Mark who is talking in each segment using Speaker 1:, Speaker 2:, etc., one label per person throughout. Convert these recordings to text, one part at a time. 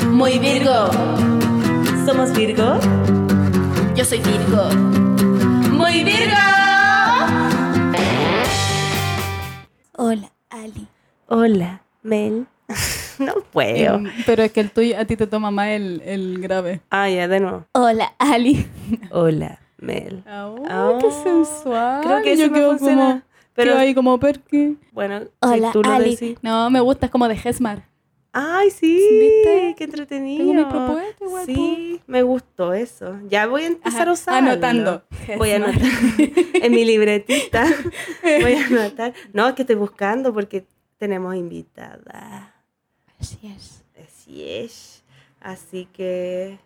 Speaker 1: soy Virgo.
Speaker 2: ¿Somos Virgo?
Speaker 1: Yo soy Virgo. ¡Muy Virgo!
Speaker 3: Hola, Ali.
Speaker 2: Hola, Mel. Em. no puedo.
Speaker 4: Pero es que el tuyo, a ti te toma más el, el grave.
Speaker 2: Ah, ya, de nuevo.
Speaker 3: Hola, Ali.
Speaker 2: Hola, Mel.
Speaker 4: Ah, ¡Qué sensual!
Speaker 2: Creo que
Speaker 4: Y
Speaker 2: eso no
Speaker 4: quedo
Speaker 2: funciona,
Speaker 4: Como,
Speaker 2: pero-
Speaker 4: quedo ahí como, ¿por qué?
Speaker 2: Bueno,
Speaker 3: Hola,
Speaker 2: si tú lo
Speaker 3: Ali.
Speaker 2: decís.
Speaker 4: No, me gusta, es como de Hesmar.
Speaker 2: ¡Ay, sí!
Speaker 4: ¿Viste?
Speaker 2: ¡Qué entretenido!
Speaker 4: Tengo mis propuestas igual,
Speaker 2: Sí, me gustó eso. Ya voy a empezar
Speaker 4: Ajá,
Speaker 2: a usarlo.
Speaker 4: anotando.
Speaker 2: Voy a
Speaker 4: Hesmar.
Speaker 2: anotar en mi libretita. Voy a anotar. No, es que estoy buscando porque tenemos invitada.
Speaker 3: Así es.
Speaker 2: Así es. Así que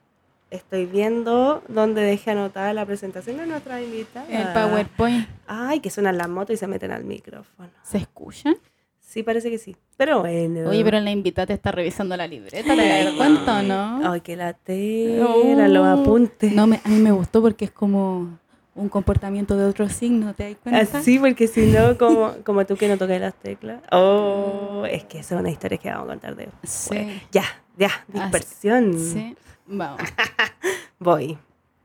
Speaker 2: estoy viendo dónde dejé anotada la presentación de nuestra invitada.
Speaker 4: El PowerPoint.
Speaker 2: Ay, que suenan las motos y se meten al micrófono.
Speaker 4: ¿Se escucha?
Speaker 2: Sí, parece que sí. Pero bueno.
Speaker 4: Oye, pero la invitada está revisando la libreta, ¿te das
Speaker 2: Ay,
Speaker 4: cuenta o no?
Speaker 2: Ay, que la tela, los
Speaker 4: No.
Speaker 2: apuntes.
Speaker 4: No, me- a mí me gustó porque es como un comportamiento de otro signo, ¿te das cuenta?
Speaker 2: Así, porque si no, como, como tú que no tocas las teclas. Oh, es que esa es una historia que vamos a contar de.
Speaker 4: Sí. Ah,
Speaker 2: Ya, ya, dispersión.
Speaker 4: Sí. Vamos.
Speaker 2: Voy.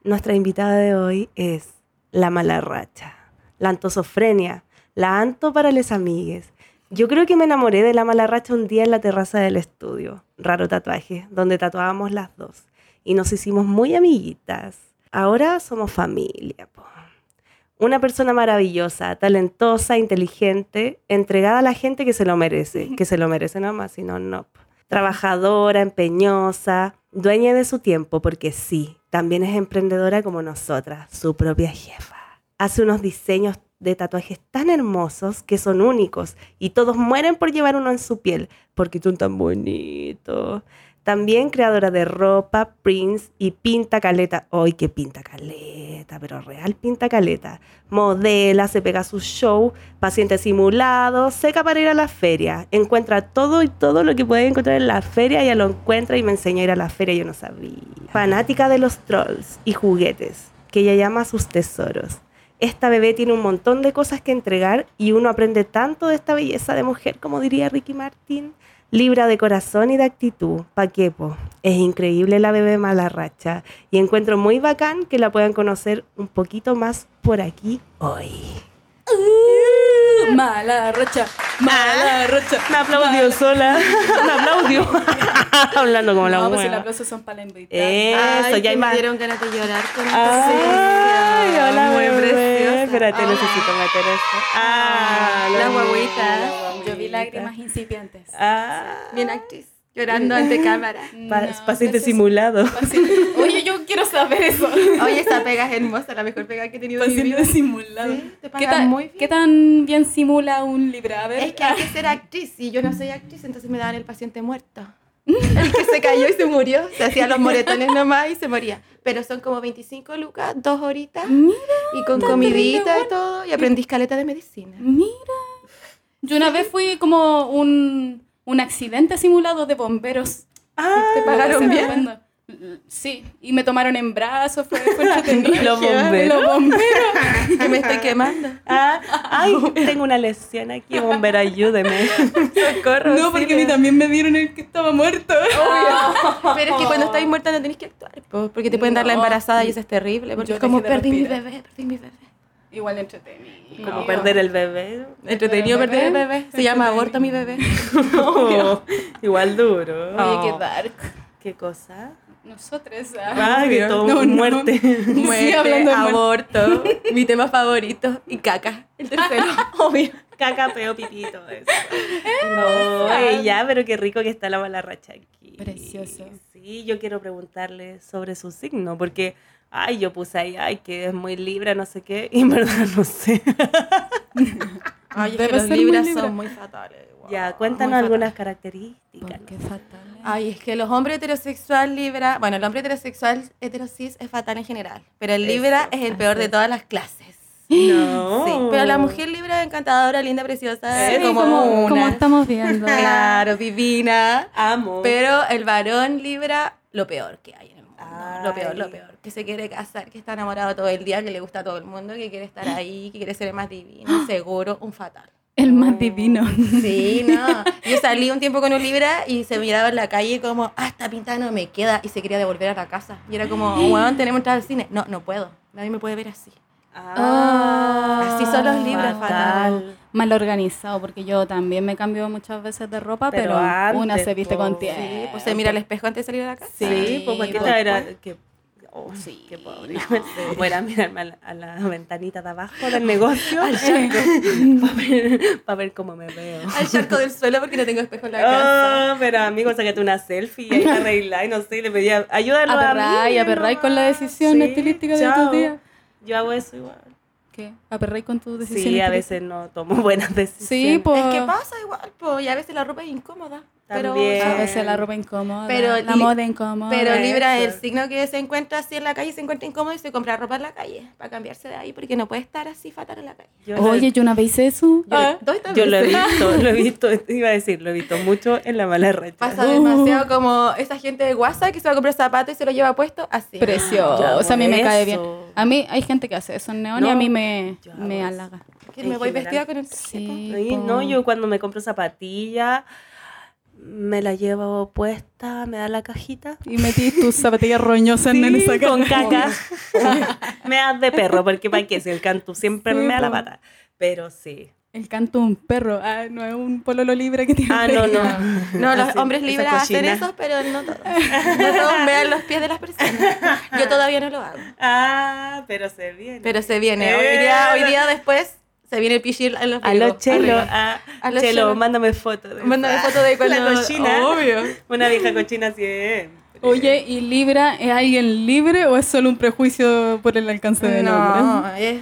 Speaker 2: Nuestra invitada de hoy es la mala racha, la antosofrenia, la anto para les amigues. Yo creo que me enamoré de la mala racha un día en la terraza del estudio, raro tatuaje, donde tatuábamos las dos y nos hicimos muy amiguitas. Ahora somos familia. po. Una persona maravillosa, talentosa, inteligente, entregada a la gente que se lo merece, que se lo merece nomás, si no, no. po. Trabajadora, empeñosa, dueña de su tiempo, porque sí, también es emprendedora como nosotras, su propia jefa. Hace unos diseños de tatuajes tan hermosos que son únicos y todos mueren por llevar uno en su piel, porque son tan bonitos. También creadora de ropa, prints y pinta caleta. ¡Ay, qué pinta caleta! Pero real pinta caleta. Modela, se pega su show, paciente simulado, seca para ir a la feria. Encuentra todo y todo lo que puede encontrar en la feria. Ella lo encuentra y me enseña a ir a la feria, yo no sabía. Fanática de los trolls y juguetes, que ella llama sus tesoros. Esta bebé tiene un montón de cosas que entregar y uno aprende tanto de esta belleza de mujer, como diría Ricky Martin. Libra de corazón y de actitud, Paquepo. Es increíble la bebé mala racha y encuentro muy bacán que la puedan conocer un poquito más por aquí hoy.
Speaker 4: Mala rocha, mala rocha.
Speaker 2: Ah, Me aplaudió sola, me aplaudió. Hablando como la
Speaker 4: No,
Speaker 2: hueá.
Speaker 4: pues el aplauso son para la invitada.
Speaker 2: Eso,
Speaker 1: Ay,
Speaker 2: ya
Speaker 1: que
Speaker 2: hay
Speaker 1: me
Speaker 2: más.
Speaker 1: dieron ganas de llorar con esta
Speaker 2: Ay,
Speaker 1: sección.
Speaker 2: hola,
Speaker 1: Muy
Speaker 2: bebé.
Speaker 1: preciosa.
Speaker 2: Espérate,
Speaker 1: Ay,
Speaker 2: necesito meter esto. Ah,
Speaker 1: Las
Speaker 2: lo-
Speaker 1: guaguitas.
Speaker 4: Yo
Speaker 2: eh,
Speaker 4: vi lágrimas incipientes.
Speaker 2: Ah,
Speaker 1: Bien actriz. Llorando ante cámara.
Speaker 2: pa-
Speaker 4: No, pues
Speaker 2: paciente
Speaker 4: gracias.
Speaker 2: simulado.
Speaker 4: Paciente- Oye, yo quiero saber eso.
Speaker 1: Oye, esa pega es hermosa, la mejor pega que he tenido en mi vida.
Speaker 4: Paciente simulado.
Speaker 1: Sí, te
Speaker 4: ¿Qué
Speaker 1: pagan
Speaker 4: tan,
Speaker 1: muy bien.
Speaker 4: qué tan bien simula un libra? A ver.
Speaker 1: Es que hay que ser actriz y yo no soy actriz, entonces me daban el paciente muerto. El que se cayó y se murió, se hacía los moretones nomás y se moría. Pero son como 25 lucas, dos horitas y con comidita y todo. Y aprendí escaleta de medicina.
Speaker 4: Mira. Yo una vez fui como un, un accidente simulado de bomberos.
Speaker 2: Ah,
Speaker 4: ¿Te
Speaker 1: pagaron bien?
Speaker 4: Sí, y me tomaron en brazos, fue fue entretenido.
Speaker 2: Los bomberos.
Speaker 4: Los bomberos.
Speaker 1: Ay, me estoy quemando.
Speaker 2: Ah, ay, tengo una lesión aquí, bombero, ayúdeme. Socorro.
Speaker 4: No, porque a mí también me dieron el que estaba muerto.
Speaker 1: Pero es que cuando estáis muerta no tenéis que actuar, po, porque te pueden dar la
Speaker 4: No.
Speaker 1: embarazada y eso es terrible. Porque
Speaker 4: Yo
Speaker 1: es como
Speaker 4: dejé de
Speaker 1: Oh. perdí mi
Speaker 4: respirar".
Speaker 1: bebé, perdí mi bebé.
Speaker 4: Igual entretenido.
Speaker 2: Como perder el bebé.
Speaker 1: Entretenido
Speaker 4: Pero
Speaker 1: perder el
Speaker 4: bebé,
Speaker 1: bebé. Se llama aborto mi bebé.
Speaker 2: No, igual duro.
Speaker 4: Oye, qué dark.
Speaker 2: ¿Qué cosa?
Speaker 4: Nosotras.
Speaker 2: Ah, que todo
Speaker 4: No, no.
Speaker 2: muerte.
Speaker 1: Muerte,
Speaker 4: hablando de
Speaker 1: aborto, mi tema favorito y caca. El tercero, obvio.
Speaker 2: Caca, peo, pitito. Eso. Ay, ya, pero qué rico que está la mala racha aquí.
Speaker 4: Precioso.
Speaker 2: Sí, yo quiero preguntarle sobre su signo, porque, ay, yo puse ahí, ay, que es muy libra, no sé qué, y en verdad no sé.
Speaker 1: Ay, es
Speaker 4: Debe
Speaker 1: que los
Speaker 4: ser muy
Speaker 1: libras
Speaker 4: libra.
Speaker 1: son muy fatales. guau.
Speaker 2: Ya,
Speaker 1: Muy
Speaker 2: cuéntanos
Speaker 1: fatal.
Speaker 2: algunas características.
Speaker 4: Porque fatal.
Speaker 1: Ay, es que los hombres heterosexual libra, bueno, el hombre heterosexual heterosis es fatal en general, pero el libra
Speaker 2: Eso,
Speaker 1: es el peor de todas las clases.
Speaker 2: No.
Speaker 1: Sí, pero la mujer libra es encantadora, linda, preciosa,
Speaker 2: Sí,
Speaker 1: es como, una.
Speaker 4: estamos viendo.
Speaker 1: Claro, divina.
Speaker 2: Amo.
Speaker 1: Pero el varón libra, lo peor que hay en el mundo. Lo peor,
Speaker 2: Ay.
Speaker 1: lo peor. Que se quiere casar, que está enamorado todo el día, que le gusta a todo el mundo, que quiere estar ahí, que quiere ser el más divino, seguro, un fatal.
Speaker 4: El más divino.
Speaker 1: Sí, no. Yo salí un tiempo con Olivera y se miraba en la calle como, ah, esta pinta no me queda. Y se quería devolver a la casa. Y era como, "Oh, weón, tenemos que entrar al cine. No, no puedo. Nadie me puede ver así.
Speaker 2: Ah,
Speaker 4: Ah,
Speaker 1: Así son los libros, fatal.
Speaker 4: Mal organizado, porque yo también me cambio muchas veces de ropa,
Speaker 2: Pero
Speaker 4: pero,
Speaker 2: antes,
Speaker 4: una se viste
Speaker 2: po.
Speaker 4: con tiempo.
Speaker 1: Sí, pues se mira al espejo antes de salir de la casa.
Speaker 2: Sí, pues
Speaker 4: porque
Speaker 2: cualquier
Speaker 4: tal-
Speaker 2: era que oh,
Speaker 4: Sí,
Speaker 2: qué pobre. Fuera a mirarme a la, a la ventanita de abajo del negocio para ver, pa' ver cómo me veo.
Speaker 1: Al charco del suelo porque no tengo espejo en la casa.
Speaker 2: Ah, pero amigo, sácate una selfie y ahí te arreglá y no sé, y le pedía ayuda a los
Speaker 4: Aperrai,
Speaker 2: amigos
Speaker 4: aperrai con la
Speaker 2: nomás.
Speaker 4: decisión estilística de
Speaker 2: chao.
Speaker 4: tus días.
Speaker 2: Yo hago eso igual.
Speaker 4: ¿Qué? ¿Aperrai con tu decisión?
Speaker 2: Sí, a veces no tomo buenas decisiones.
Speaker 4: Sí, pues.
Speaker 1: Es que pasa igual, pues, y a veces la ropa es incómoda. Pero,
Speaker 2: También.
Speaker 4: A veces la ropa incómoda,
Speaker 1: Pero
Speaker 4: la
Speaker 1: li-
Speaker 4: moda incómoda.
Speaker 1: Pero
Speaker 2: Ah, Eso.
Speaker 1: Libra, el signo que se encuentra así en la calle, se encuentra incómodo y se compra ropa en la calle para cambiarse de ahí porque no puede estar así fatal en la calle.
Speaker 2: Yo lo-
Speaker 4: Oye, yo una vez hice eso.
Speaker 2: yo,
Speaker 1: Ah, ¿dónde está
Speaker 2: yo lo he
Speaker 1: Luis?
Speaker 2: visto, lo he visto, iba a decir, lo he visto mucho en la mala racha.
Speaker 1: Pasa demasiado como esa gente de WhatsApp que se va a comprar zapatos y se lo lleva puesto así.
Speaker 2: Yo hago
Speaker 4: Precioso, a mí me cae bien.
Speaker 2: eso.
Speaker 4: A mí hay gente que hace eso en neón y a
Speaker 2: No,
Speaker 4: mí me,
Speaker 2: yo hago
Speaker 4: me
Speaker 2: eso.
Speaker 4: halaga.
Speaker 1: Que
Speaker 2: en
Speaker 1: me voy
Speaker 2: general.
Speaker 1: vestida con el
Speaker 4: Sí,
Speaker 2: Oye,
Speaker 4: po.
Speaker 2: no, yo cuando me compro zapatilla me la llevo puesta, me da la cajita.
Speaker 4: Y metí tus zapatillas roñosas en
Speaker 2: Sí,
Speaker 4: esa caja.
Speaker 2: con caca. me das de perro, porque para qué, si el canto siempre
Speaker 4: Sí,
Speaker 2: me da la
Speaker 4: po.
Speaker 2: pata. Pero sí.
Speaker 4: El canto de un perro. Ah, no es un pololo libre que tiene.
Speaker 2: Ah, no, no.
Speaker 1: No, los
Speaker 2: Así,
Speaker 1: hombres
Speaker 2: esa
Speaker 1: libres hacen
Speaker 2: cochina.
Speaker 1: eso, pero no todos. No todos vean los pies de las personas. Yo todavía no lo hago.
Speaker 2: Ah, pero se viene.
Speaker 1: Pero se viene. Hoy día, hoy día después se viene el pichir a los
Speaker 2: Eh. a los
Speaker 1: virgos.
Speaker 2: chelo,
Speaker 1: Arriba.
Speaker 2: a,
Speaker 1: A lo
Speaker 2: Ah, chelo,
Speaker 1: chelo.
Speaker 2: mándame fotos.
Speaker 1: Mándame foto de cuando...
Speaker 2: La cochina.
Speaker 1: Obvio.
Speaker 2: Una vieja cochina siempre.
Speaker 4: Oye, ¿y Libra es alguien libre o es solo un prejuicio por el alcance del hombre?
Speaker 1: No, es,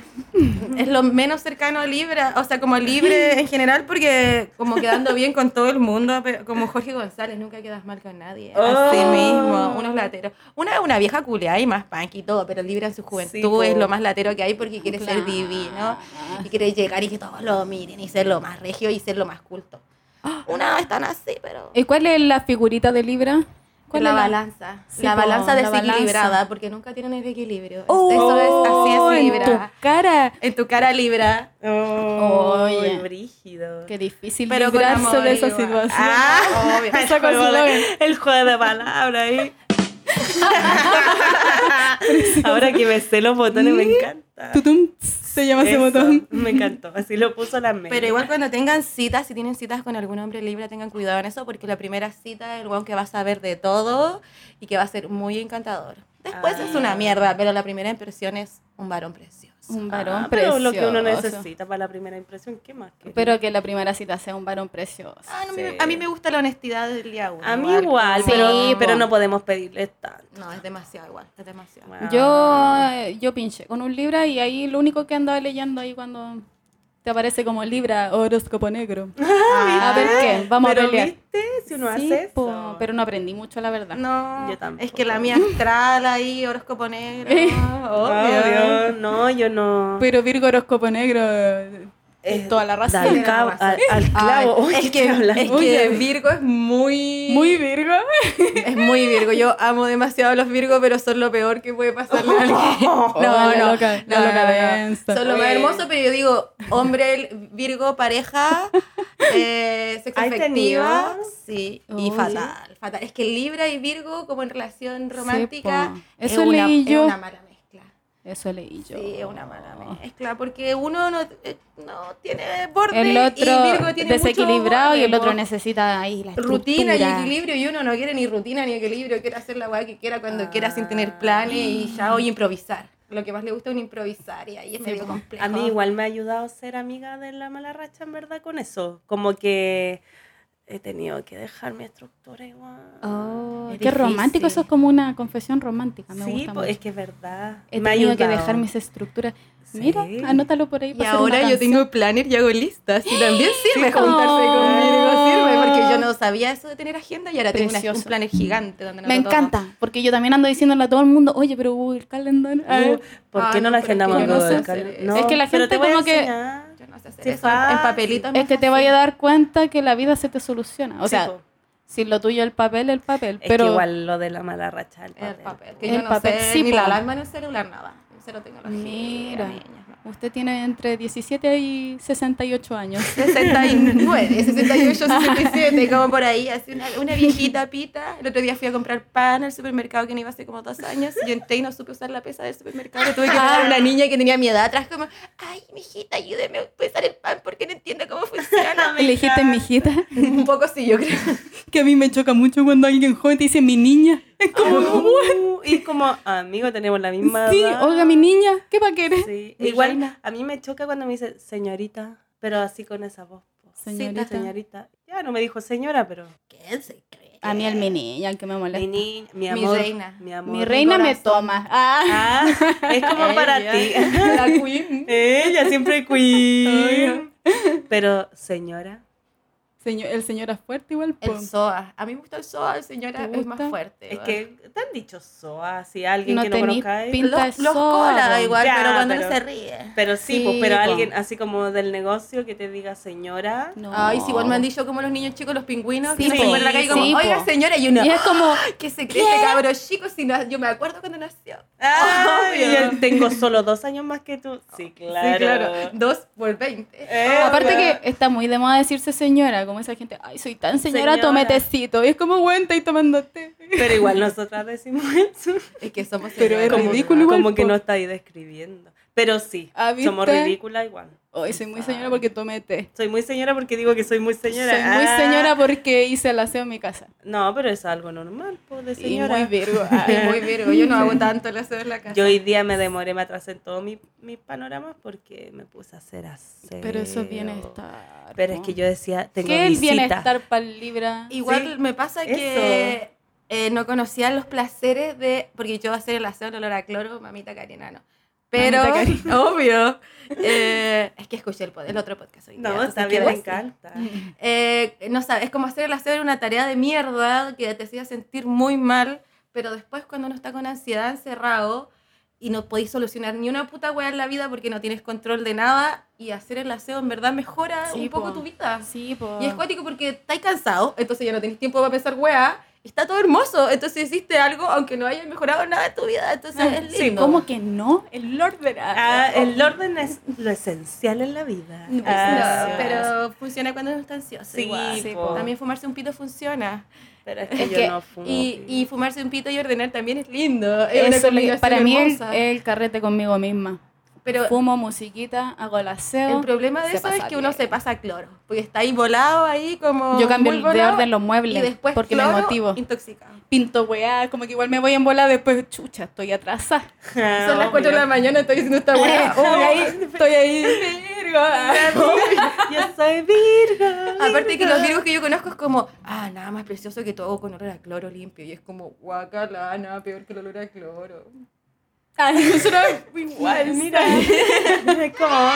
Speaker 1: es lo menos cercano a Libra, o sea, como libre en general, porque como quedando bien con todo el mundo, pero como Jorge González, nunca quedas mal con nadie. Así
Speaker 2: Oh.
Speaker 1: mismo, unos lateros. Una una vieja culeada y más punk y todo, pero Libra en su
Speaker 2: Sí,
Speaker 1: juventud
Speaker 2: po.
Speaker 1: es lo más latero que hay porque quiere ser divino y quiere llegar y que todos lo miren y ser lo más regio y ser lo más culto. Una están así, pero...
Speaker 4: ¿Y cuál es la figurita de Libra? ¿Cuál
Speaker 1: la
Speaker 4: es
Speaker 1: balanza.
Speaker 4: Sí,
Speaker 1: la
Speaker 4: po,
Speaker 1: balanza
Speaker 4: la
Speaker 1: desequilibrada,
Speaker 4: balanza.
Speaker 1: porque nunca tienen el equilibrio.
Speaker 4: Oh,
Speaker 1: Eso es, así es
Speaker 4: en
Speaker 1: Libra.
Speaker 4: tu cara.
Speaker 1: En tu cara Libra.
Speaker 2: Oh,
Speaker 4: Oye.
Speaker 2: brígido.
Speaker 4: Qué difícil
Speaker 1: Pero con
Speaker 4: librarse
Speaker 1: amor
Speaker 4: de esa
Speaker 1: igual.
Speaker 4: situación.
Speaker 1: Ah, obvio.
Speaker 4: Esa cosa
Speaker 2: juego de,
Speaker 4: lo ven.
Speaker 2: el juego de palabras ahí. Ahora que me sé los botones me encanta.
Speaker 4: Tutum, se llama ese
Speaker 2: Eso,
Speaker 4: botón.
Speaker 2: Me encantó. Así lo puso la mente.
Speaker 1: Pero igual cuando tengan citas, si tienen citas con algún hombre Libra, tengan cuidado en eso, porque la primera cita es el weón que va a saber de todo y que va a ser muy encantador. Después
Speaker 2: Ah.
Speaker 1: es una mierda, pero la primera impresión es un varón precioso.
Speaker 4: Un varón
Speaker 2: Ah, pero
Speaker 4: precioso.
Speaker 2: lo que uno necesita para la primera impresión, ¿qué más? querés?
Speaker 4: Pero que la primera cita sea un varón precioso.
Speaker 1: Ah, no,
Speaker 2: Sí.
Speaker 1: me- A mí me gusta la honestidad del día uno.
Speaker 2: a mí igual, pero,
Speaker 4: Sí,
Speaker 2: pero
Speaker 4: po.
Speaker 2: no podemos pedirle tanto.
Speaker 1: No, es demasiado igual, es demasiado.
Speaker 2: Wow.
Speaker 4: Yo,
Speaker 1: Ah.
Speaker 4: eh, yo pinché con un Libra y ahí lo único que andaba leyendo ahí cuando te aparece como Libra, horóscopo negro.
Speaker 2: Ah,
Speaker 1: Ah,
Speaker 4: a ver qué, vamos a
Speaker 2: pero
Speaker 4: pelear.
Speaker 2: viste, si uno
Speaker 4: Sí,
Speaker 2: hace
Speaker 4: po,
Speaker 2: eso.
Speaker 4: pero no aprendí mucho, la verdad.
Speaker 1: No,
Speaker 2: Yo tampoco.
Speaker 1: es que la mía astral ahí, horóscopo negro, obvio.
Speaker 2: Obvio, no, yo no.
Speaker 4: Pero Virgo horóscopo negro eh,
Speaker 2: Eh,
Speaker 4: toda la razón.
Speaker 2: Al, cabo- al, al
Speaker 1: Ay,
Speaker 2: clavo. Uy,
Speaker 1: es,
Speaker 2: ¿qué
Speaker 1: que,
Speaker 2: estoy hablando?
Speaker 1: es que
Speaker 4: Oye.
Speaker 1: Virgo es muy...
Speaker 4: Muy Virgo.
Speaker 1: Es muy Virgo. Yo amo demasiado a los Virgos, pero son lo peor que puede pasarle a alguien. No,
Speaker 4: la
Speaker 1: no,
Speaker 4: loca-
Speaker 1: no,
Speaker 4: la
Speaker 1: no,
Speaker 4: loca
Speaker 1: no, no.
Speaker 4: densa.
Speaker 1: Son lo más
Speaker 4: Oye.
Speaker 1: hermoso, pero yo digo, hombre, Virgo, pareja, eh, sexo
Speaker 2: ¿Hay
Speaker 1: afectiva,
Speaker 2: tenido?
Speaker 1: sí, y
Speaker 4: Oye.
Speaker 1: fatal, fatal. Es que Libra y Virgo, como en relación romántica,
Speaker 4: po.
Speaker 1: es,
Speaker 4: Eso
Speaker 1: una,
Speaker 4: leí
Speaker 1: es
Speaker 4: yo.
Speaker 1: una mala mezcla.
Speaker 4: Eso leí yo.
Speaker 1: Sí, es una mala mezcla, porque uno no, eh, no tiene borde
Speaker 4: El
Speaker 1: y
Speaker 4: otro
Speaker 1: Virgo tiene mucho
Speaker 4: desequilibrado y el
Speaker 1: borde,
Speaker 4: otro
Speaker 1: po
Speaker 4: necesita ahí la
Speaker 1: rutina y
Speaker 4: estructura.
Speaker 1: equilibrio y uno no quiere ni rutina ni equilibrio, quiere hacer la weá que quiera cuando quiera sin
Speaker 4: Ah.
Speaker 1: tener planes y ya hoy improvisar. Lo que más le gusta es un improvisar y ahí es medio complejo.
Speaker 2: A mí igual me ha ayudado ser amiga de la mala racha, en verdad, con eso. Como que he tenido que dejar mi estructura igual.
Speaker 4: Oh,
Speaker 1: Es
Speaker 4: qué romántico, eso
Speaker 1: difícil.
Speaker 4: es como una confesión romántica. Me
Speaker 2: sí,
Speaker 4: gusta
Speaker 2: po,
Speaker 4: mucho.
Speaker 2: es que es verdad.
Speaker 4: He
Speaker 2: me ha
Speaker 4: tenido que
Speaker 2: ayudado.
Speaker 4: dejar mis estructuras.
Speaker 2: Sí. Uh,
Speaker 4: Mira, ah, anótalo por ahí.
Speaker 1: Y
Speaker 4: para hacer una
Speaker 1: ahora yo
Speaker 4: canción.
Speaker 1: tengo planner y hago listas y también sirve juntarse
Speaker 4: Oh.
Speaker 1: con Virgo, sirve porque yo no sabía eso de tener agenda y ahora tengo una-
Speaker 4: Precioso.
Speaker 1: un planner gigante donde
Speaker 4: Me
Speaker 1: anoto todo.
Speaker 4: encanta, porque yo también ando diciéndole a todo el mundo, oye, pero Google Calendar.
Speaker 2: Uh, ¿Por qué
Speaker 1: Ay,
Speaker 2: no la
Speaker 1: pero es que
Speaker 2: agendamos
Speaker 4: yo ah, no
Speaker 2: algo
Speaker 4: sé
Speaker 2: del
Speaker 1: hacer
Speaker 2: cal-
Speaker 1: eso.
Speaker 2: No,
Speaker 4: Es que la
Speaker 2: pero te
Speaker 4: gente
Speaker 2: voy a
Speaker 4: como que-
Speaker 2: enseñar.
Speaker 1: Yo no sé hacer
Speaker 2: Sí,
Speaker 1: eso en- en
Speaker 2: fácil.
Speaker 1: papelitos.
Speaker 4: es que te vaya a dar cuenta que la vida se te soluciona. O
Speaker 2: Sí,
Speaker 4: sea,
Speaker 2: po.
Speaker 4: si lo tuyo es el papel, el papel.
Speaker 2: Es
Speaker 4: pero
Speaker 2: que igual lo de la mala racha, el
Speaker 1: El
Speaker 2: papel.
Speaker 1: papel. Que
Speaker 4: El
Speaker 1: yo no
Speaker 4: papel,
Speaker 1: sé
Speaker 4: sí,
Speaker 1: ni la
Speaker 4: po.
Speaker 1: alarma en el celular, nada. Cero tecnología,
Speaker 4: Mira.
Speaker 1: niña, no.
Speaker 4: Usted tiene entre 17 y 68 años.
Speaker 1: 69, 68, 67, como por ahí, así una, una viejita pita. El otro día fui a comprar pan al supermercado que no iba hace como dos años. Yo entré y no supe usar la pesa del supermercado. Le tuve que dar a una niña que tenía mi edad atrás, como, ay, mijita, ayúdeme a pesar el pan porque no entiendo cómo funciona.
Speaker 4: Le dijiste mi hijita,
Speaker 1: Un poco sí, yo creo.
Speaker 4: que a mí me choca mucho cuando alguien joven te dice mi niña. Es como,
Speaker 2: Uh, y es como, amigo, tenemos la misma
Speaker 4: sí,
Speaker 2: edad.
Speaker 4: oiga, mi niña, ¿qué va a querer?
Speaker 2: Sí,
Speaker 1: Mi
Speaker 2: Igual,
Speaker 1: reina.
Speaker 2: a mí me choca cuando me dice señorita, pero así con esa voz. po.
Speaker 4: Señorita.
Speaker 2: Señorita. Ya no me dijo señora, pero
Speaker 1: ¿Qué se cree?
Speaker 4: A mí al mi niña, que me molesta.
Speaker 2: mi niña, mi
Speaker 1: Mi
Speaker 2: amor.
Speaker 1: reina.
Speaker 2: Mi, amor,
Speaker 4: Mi reina me
Speaker 2: corazón.
Speaker 4: toma. Ah,
Speaker 2: Ah, es como para ti.
Speaker 1: La queen.
Speaker 2: Ella siempre queen. Pero señora,
Speaker 4: señor, el señor es fuerte igual. po.
Speaker 1: El SOA. A mí me gusta el SOA, el señora
Speaker 4: ¿Te
Speaker 1: es más
Speaker 4: gusta?
Speaker 1: fuerte.
Speaker 2: es
Speaker 1: igual.
Speaker 2: que te han dicho soa, si alguien
Speaker 4: No
Speaker 2: que no
Speaker 4: tení
Speaker 2: conozca es-
Speaker 4: pin-
Speaker 1: los,
Speaker 4: pinta de
Speaker 1: los
Speaker 4: SOA,
Speaker 1: cola
Speaker 4: po.
Speaker 1: igual,
Speaker 2: Ya,
Speaker 1: pero cuando
Speaker 2: pero-
Speaker 1: no se ríe.
Speaker 2: Pero sí,
Speaker 4: Sí,
Speaker 2: pues, pero
Speaker 4: po.
Speaker 2: alguien así como del negocio que te diga señora.
Speaker 4: No.
Speaker 1: Ay, sí, igual me han dicho como los niños chicos, los pingüinos,
Speaker 4: Sí,
Speaker 1: que se
Speaker 2: po.
Speaker 1: encuentran en la calle como,
Speaker 4: Sí, po.
Speaker 1: oiga señora, y uno,
Speaker 4: Y es como,
Speaker 1: que se cree este cabro chico, si no, yo me acuerdo cuando nació.
Speaker 2: Ay,
Speaker 1: Obvio.
Speaker 2: yo tengo solo dos años más que tú. Sí, claro.
Speaker 1: Sí, claro, dos por veinte.
Speaker 2: Eh,
Speaker 4: Oh, Aparte
Speaker 2: weón.
Speaker 4: que está muy de moda decirse señora, como esa gente, ay, soy tan señora,
Speaker 2: Señora.
Speaker 4: tome tecito. Y es como, bueno, y tomando té.
Speaker 2: Pero igual nosotras decimos eso.
Speaker 1: Es que somos
Speaker 4: Pero es
Speaker 1: señoras.
Speaker 4: ridículo igual,
Speaker 2: Como que
Speaker 4: po.
Speaker 2: no estáis describiendo. Pero sí,
Speaker 4: Ah, ¿viste?
Speaker 2: somos ridículas igual.
Speaker 4: Hoy soy muy señora porque tomé té.
Speaker 2: Soy muy señora porque digo que soy muy señora.
Speaker 4: Soy muy
Speaker 2: Ah,
Speaker 4: señora porque hice el aseo en mi casa.
Speaker 2: No, pero es algo normal, po, de
Speaker 4: Y
Speaker 2: señora.
Speaker 4: muy virgo.
Speaker 1: Ay,
Speaker 4: Ay,
Speaker 1: muy virgo, yo no hago tanto el aseo en la casa.
Speaker 2: Yo hoy día me demoré, me atrasé en todos mis mis panoramas porque me puse a hacer aseo.
Speaker 4: pero eso es bienestar.
Speaker 2: Pero es
Speaker 4: po.
Speaker 2: que yo decía, tengo
Speaker 4: ¿Qué es el
Speaker 2: visita.
Speaker 4: bienestar para el Libra?
Speaker 1: Igual me pasa que eh, no conocía los placeres de. Porque yo hacer el aseo el olor a cloro, mamita Karina, no. Pero,
Speaker 4: Mamita
Speaker 1: obvio, eh, es que escuché el, pod- el otro podcast hoy. día,
Speaker 2: No,
Speaker 1: entonces
Speaker 2: está bien,
Speaker 1: quedó
Speaker 2: me
Speaker 1: así.
Speaker 2: encanta.
Speaker 1: Eh, no sabes, es como hacer el aseo era una tarea de mierda que te hacía sentir muy mal, pero después cuando uno está con ansiedad encerrado y no podéis solucionar ni una puta weá en la vida porque no tienes control de nada y hacer el aseo en verdad mejora
Speaker 4: Sí,
Speaker 1: un poco
Speaker 4: po.
Speaker 1: tu vida.
Speaker 4: Sí, po.
Speaker 1: Y es cuático porque estáis cansado, entonces ya no tenéis tiempo para pensar weá, y está todo hermoso, entonces hiciste algo aunque no hayas mejorado nada en tu vida, entonces
Speaker 4: Ah,
Speaker 1: es
Speaker 2: sí,
Speaker 1: lindo.
Speaker 4: ¿Cómo que no? El orden.
Speaker 2: Ah, el orden es lo esencial en la vida.
Speaker 1: No,
Speaker 2: Ah, sí.
Speaker 1: pero funciona cuando uno está ansioso.
Speaker 2: Sí,
Speaker 1: igual.
Speaker 4: sí,
Speaker 2: po.
Speaker 1: También fumarse un pito funciona.
Speaker 2: Pero es que
Speaker 4: Es
Speaker 2: yo
Speaker 4: que-
Speaker 2: no fumo.
Speaker 1: Y,
Speaker 2: pito.
Speaker 1: y fumarse un pito y ordenar también es lindo. Es una
Speaker 4: Eso le-
Speaker 1: combinación
Speaker 4: para mí es
Speaker 1: hermosa.
Speaker 4: el carrete conmigo misma.
Speaker 1: Pero
Speaker 4: Fumo musiquita, hago el aseo.
Speaker 1: el problema de
Speaker 4: se
Speaker 1: eso es
Speaker 4: pasa
Speaker 1: que uno
Speaker 4: bien.
Speaker 1: se pasa cloro. Porque está ahí volado, ahí como.
Speaker 4: Yo cambio
Speaker 1: muy
Speaker 4: el- de
Speaker 1: volado,
Speaker 4: orden los
Speaker 1: y
Speaker 4: muebles
Speaker 1: después
Speaker 4: porque
Speaker 1: cloro,
Speaker 4: me motivo.
Speaker 1: Intoxicado.
Speaker 4: Pinto weá, como que igual me voy en bola después, chucha, estoy atrasada.
Speaker 2: Ah,
Speaker 1: Son las 4 de la mañana, estoy diciendo esta weá.
Speaker 4: Uy, ahí, estoy ahí. Virgo.
Speaker 2: Yo soy Virgo.
Speaker 1: Aparte que los virgos que yo conozco es como, ah, nada más precioso que todo con olor a cloro limpio. Y es como, guacala, nada peor que el olor a cloro.
Speaker 4: Ay, nosotros igual,
Speaker 2: Mira, es como.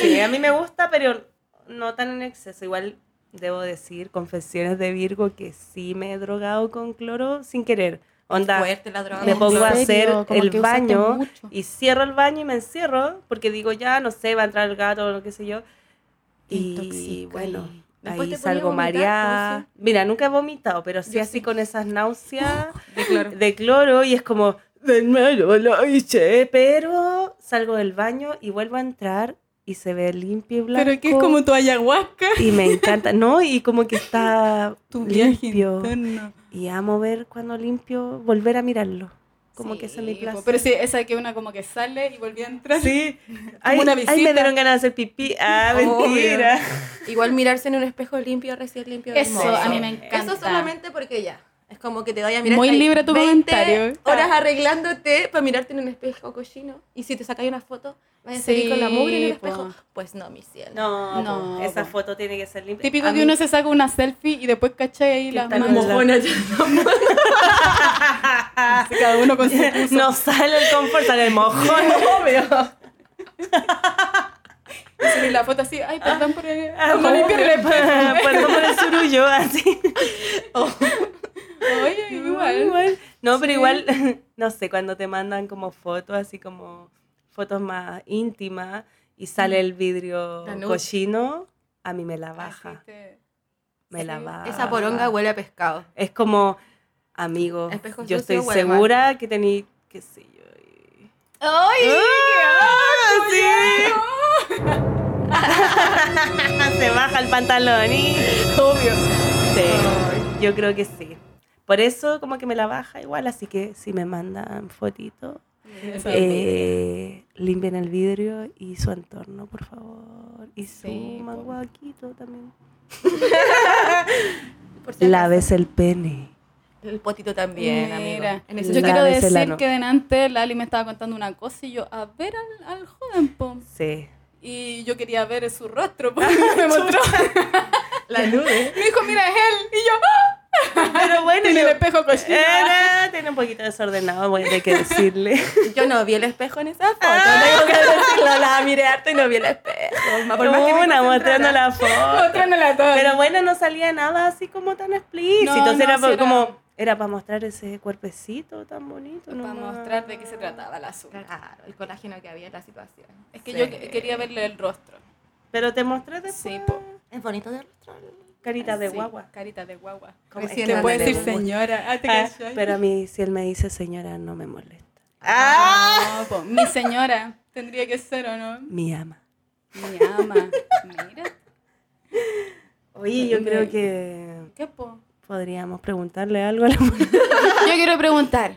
Speaker 2: Sí, a mí me gusta, pero no tan en exceso. Igual debo decir, confesiones de Virgo, que sí me he drogado con cloro sin querer. Onda,
Speaker 1: Fuerte la droga.
Speaker 2: me
Speaker 1: con
Speaker 2: pongo a
Speaker 1: cloro.
Speaker 4: serio?
Speaker 2: hacer
Speaker 4: Como
Speaker 2: el
Speaker 4: que usaste
Speaker 2: baño
Speaker 4: mucho.
Speaker 2: y cierro el baño y me encierro porque digo ya no sé va a entrar el gato o lo que sé yo y
Speaker 4: Intoxica
Speaker 2: bueno
Speaker 4: y-
Speaker 1: Después
Speaker 2: ahí
Speaker 1: te ponía a
Speaker 2: salgo
Speaker 1: vomitar,
Speaker 2: mareada mira nunca he vomitado pero sí
Speaker 1: Yo
Speaker 2: así
Speaker 1: sí.
Speaker 2: con esas náuseas
Speaker 1: De cloro.
Speaker 2: de cloro y es como de nuevo lo hice pero salgo del baño y vuelvo a entrar y se ve limpio y blanco
Speaker 4: Pero que es como tu ayahuasca.
Speaker 2: y me encanta no y como que está
Speaker 4: Tu viaje
Speaker 2: limpio
Speaker 4: interno.
Speaker 2: y amo ver cuando limpio volver a mirarlo como que ese
Speaker 4: se
Speaker 2: es mi placer
Speaker 4: Pero sí, esa que una como que sale y volví a entrar.
Speaker 2: Sí.
Speaker 4: Como
Speaker 2: Ay,
Speaker 4: una
Speaker 2: ay,
Speaker 4: visita.
Speaker 2: me dieron ganas de hacer pipí. Ah,
Speaker 1: Obvio.
Speaker 2: mentira.
Speaker 1: Igual mirarse en un espejo limpio, recién limpio.
Speaker 4: Eso,
Speaker 1: hermoso.
Speaker 4: a mí me encanta.
Speaker 1: Eso solamente porque ya. Es como que te vaya a mirar.
Speaker 4: Muy
Speaker 1: estáis
Speaker 4: libre tu
Speaker 1: 20
Speaker 4: comentario.
Speaker 1: Horas arreglándote para mirarte en un espejo cochino. Y si te sacáis una foto, vas a salir
Speaker 4: Sí,
Speaker 1: con la mugre en el
Speaker 4: po.
Speaker 1: espejo. Pues no, mi cielo.
Speaker 2: No,
Speaker 4: No,
Speaker 2: po, esa
Speaker 4: po.
Speaker 2: foto tiene que ser limpia.
Speaker 4: Típico
Speaker 2: A
Speaker 4: que
Speaker 2: mí-
Speaker 4: uno se saca una selfie y después cacha ahí
Speaker 2: Que
Speaker 4: la
Speaker 2: está
Speaker 4: mano.
Speaker 2: como
Speaker 1: Mojona, ya.
Speaker 4: Cada uno con su puso.
Speaker 2: pues, No sale el confort, sale el mojón. Obvio.
Speaker 4: Y la foto así, ay, perdón por el...
Speaker 2: No limpiar el Pues, Perdón por el surullo, así.
Speaker 4: Oye, igual.
Speaker 2: No, pero igual, no sé, cuando te mandan como fotos, así como fotos más íntimas y
Speaker 4: Mm.
Speaker 2: sale el vidrio
Speaker 1: La nude.
Speaker 2: cochino, a mí me la baja.
Speaker 4: Así te-
Speaker 2: Me la
Speaker 4: sí.
Speaker 2: baja.
Speaker 1: Esa poronga huele a pescado.
Speaker 2: Es como, amigo,
Speaker 1: Espejo
Speaker 2: yo
Speaker 1: sucio,
Speaker 2: estoy
Speaker 1: huele mal.
Speaker 2: segura que tení, qué sé yo, y- ¡Ah,
Speaker 4: ¡Ay!
Speaker 2: Se baja el pantalón y... Obvio. Sí, yo creo que sí. Por eso como que me la baja igual, así que si me mandan fotito, eh, limpien el vidrio y su entorno, por favor. Y su
Speaker 4: Sí, po.
Speaker 2: manguaquito también.
Speaker 1: Por si acaso.
Speaker 2: Laves el pene.
Speaker 1: El potito también,
Speaker 4: Mira,
Speaker 1: amigo. En
Speaker 4: yo
Speaker 1: ese
Speaker 2: La
Speaker 4: quiero
Speaker 2: de
Speaker 4: decir
Speaker 2: Celano.
Speaker 4: que delante Lali me estaba contando una cosa y yo, a ver al, al joven, po.
Speaker 2: Sí.
Speaker 4: Y yo quería ver su rostro, po. Y me mostró.
Speaker 1: La nube.
Speaker 4: Me dijo, mira, es él. Y yo, ¡ah!
Speaker 2: Pero bueno,
Speaker 4: En el
Speaker 2: yo- Eh,
Speaker 4: espejo cochino.
Speaker 2: Era, tiene un poquito desordenado, bueno, hay que decirle.
Speaker 1: Yo no vi el espejo en esa foto.
Speaker 4: Ah.
Speaker 1: Tengo que decirlo, la miré harto y no vi el espejo. Por más que me
Speaker 2: Una mostrando
Speaker 1: concentrara.
Speaker 2: la foto.
Speaker 4: Mostrándola toda.
Speaker 2: Pero bueno, no salía nada así como tan explícito.
Speaker 4: No, no,
Speaker 2: era
Speaker 4: sí
Speaker 2: pa-
Speaker 4: era-
Speaker 2: como era para mostrar ese cuerpecito tan bonito.
Speaker 4: Para
Speaker 2: nomás.
Speaker 4: mostrar de qué se trataba el asunto.
Speaker 1: Claro, el colágeno que había en la situación.
Speaker 4: Es que
Speaker 1: Sí.
Speaker 4: yo que- quería verle el rostro.
Speaker 2: Pero te mostré después.
Speaker 4: Sí, po.
Speaker 1: Es bonito de rostro.
Speaker 2: Carita de
Speaker 4: Sí,
Speaker 2: guagua.
Speaker 4: Carita de guagua.
Speaker 1: Como
Speaker 2: es
Speaker 1: recién
Speaker 2: que
Speaker 4: Te puedo
Speaker 1: dándole
Speaker 4: decir
Speaker 1: un-
Speaker 4: señora. Ah, te
Speaker 2: Ah,
Speaker 4: cachai.
Speaker 2: pero a mí, si él me dice señora, no me molesta.
Speaker 4: Ah, po, mi señora. Tendría que ser, ¿o no?
Speaker 2: Mi ama.
Speaker 4: Mi ama. Mira.
Speaker 2: Oye, yo creo que
Speaker 4: ¿Qué po?
Speaker 2: podríamos preguntarle algo a la mujer.
Speaker 4: Yo quiero preguntar.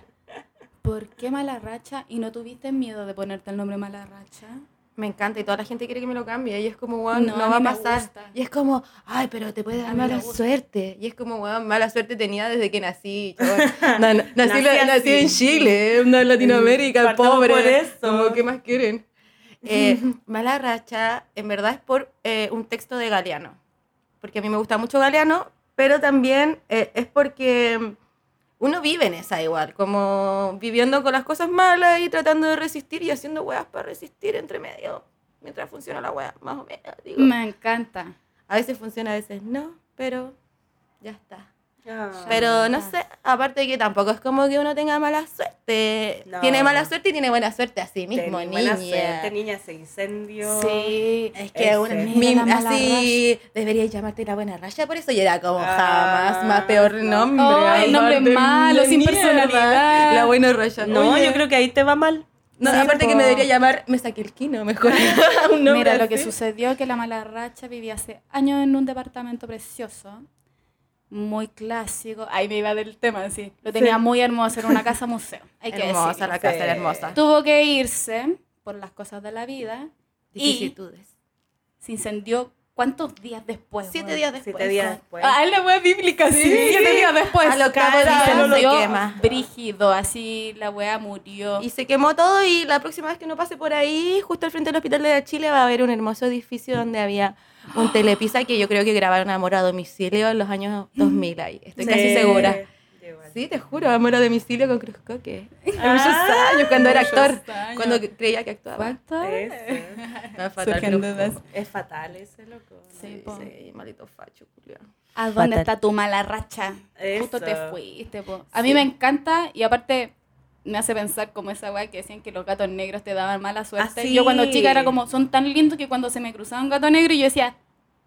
Speaker 4: ¿Por qué mala racha y no tuviste miedo de ponerte el nombre mala racha?
Speaker 1: Me encanta y toda la gente quiere que me lo cambie y es como, weón,
Speaker 4: No,
Speaker 1: no,
Speaker 4: a
Speaker 1: va a
Speaker 4: mí me
Speaker 1: pasar.
Speaker 4: gusta.
Speaker 1: Y es como, ay, pero te puede dar
Speaker 4: mí me
Speaker 1: mala
Speaker 4: gusta.
Speaker 1: suerte. Y es como, weón, mala suerte tenía desde que nací. chabón. Na- na- nací,
Speaker 2: Nací
Speaker 1: la-
Speaker 2: así.
Speaker 1: nací en Chile, eh, no en Latinoamérica,
Speaker 2: Partamos
Speaker 1: pobre.
Speaker 2: por eso.
Speaker 1: Como, ¿qué más quieren? Eh, mala racha, en verdad es por eh, un texto de Galeano. Porque a mí me gusta mucho Galeano, pero también eh, es porque uno vive en esa igual, como viviendo con las cosas malas y tratando de resistir y haciendo weas para resistir entre medio, mientras funciona la wea, más o menos. digo.
Speaker 4: Me encanta.
Speaker 1: A veces funciona, a veces no, pero ya está.
Speaker 2: Ah.
Speaker 1: Pero no
Speaker 4: Ah.
Speaker 1: sé, aparte que tampoco es como que uno tenga mala suerte.
Speaker 2: No.
Speaker 1: Tiene mala suerte y tiene buena suerte así mismo,
Speaker 2: Ten-
Speaker 1: niña.
Speaker 2: buena suerte, niña, se incendió.
Speaker 4: Sí.
Speaker 1: Es
Speaker 2: Ese.
Speaker 1: que una,
Speaker 4: Mira
Speaker 1: mi-
Speaker 4: la mala
Speaker 1: así debería llamarte la buena raya, por eso y era como
Speaker 2: Ah,
Speaker 1: jamás más peor
Speaker 2: no.
Speaker 1: nombre.
Speaker 4: Ay,
Speaker 1: aparte,
Speaker 4: nombre malo, sin
Speaker 1: mierda.
Speaker 4: personalidad.
Speaker 1: La buena raya.
Speaker 2: No,
Speaker 1: Oye,
Speaker 2: yo creo que ahí te va mal.
Speaker 1: no,
Speaker 4: Sí,
Speaker 1: aparte que
Speaker 4: po.
Speaker 1: me debería llamar me saqué el quino mejor. Un nombre
Speaker 4: Mira, lo que
Speaker 1: así.
Speaker 4: sucedió que la mala racha vivía hace años en un departamento precioso, muy clásico. Ahí me iba del tema, sí. Lo tenía muy hermoso, era una casa museo. Hay que
Speaker 1: hermosa
Speaker 4: decirlo.
Speaker 1: la casa,
Speaker 2: Sí.
Speaker 1: era hermosa.
Speaker 4: Tuvo que irse por las cosas de la vida y
Speaker 1: Vicisitudes.
Speaker 4: se incendió cuántos días después.
Speaker 1: Siete
Speaker 4: weón?
Speaker 1: días después.
Speaker 2: Siete días después.
Speaker 4: Ah, es la web bíblica, sí. Siete días después.
Speaker 1: A lo cabo
Speaker 4: Cara,
Speaker 2: dicen,
Speaker 4: se
Speaker 1: lo
Speaker 4: dio
Speaker 1: quema.
Speaker 4: Brígido, así la wea murió.
Speaker 1: Y se quemó todo y la próxima vez que uno pase por ahí, justo al frente del Hospital de Chile, va a haber un hermoso edificio donde había un telepizza que yo creo que grabaron Amor a domicilio en los años 2000 ahí. Estoy casi segura. Sí, te juro, Amor a domicilio con Cruz Coque. Hace muchos
Speaker 2: Ah,
Speaker 1: años, cuando era
Speaker 4: muchos
Speaker 1: actor,
Speaker 4: años.
Speaker 1: cuando creía que actuaba.
Speaker 4: ¿Cuánto?
Speaker 1: No, es
Speaker 4: Surgen
Speaker 1: Cruz
Speaker 4: dudas.
Speaker 1: Coque.
Speaker 2: Es fatal ese loco. ¿no?
Speaker 4: Sí,
Speaker 1: Sí,
Speaker 4: po.
Speaker 1: sí, maldito facho, culiao.
Speaker 4: ¿A dónde
Speaker 2: Fatal.
Speaker 4: está tu mala racha? Justo
Speaker 2: Eso.
Speaker 4: te fuiste, po. A mí me encanta y aparte me hace pensar como esa weá que decían que los gatos negros te daban mala
Speaker 1: Ah,
Speaker 4: suerte.
Speaker 2: sí.
Speaker 4: Yo cuando chica era como, son tan lindos que cuando se me cruzaba un gato negro yo decía,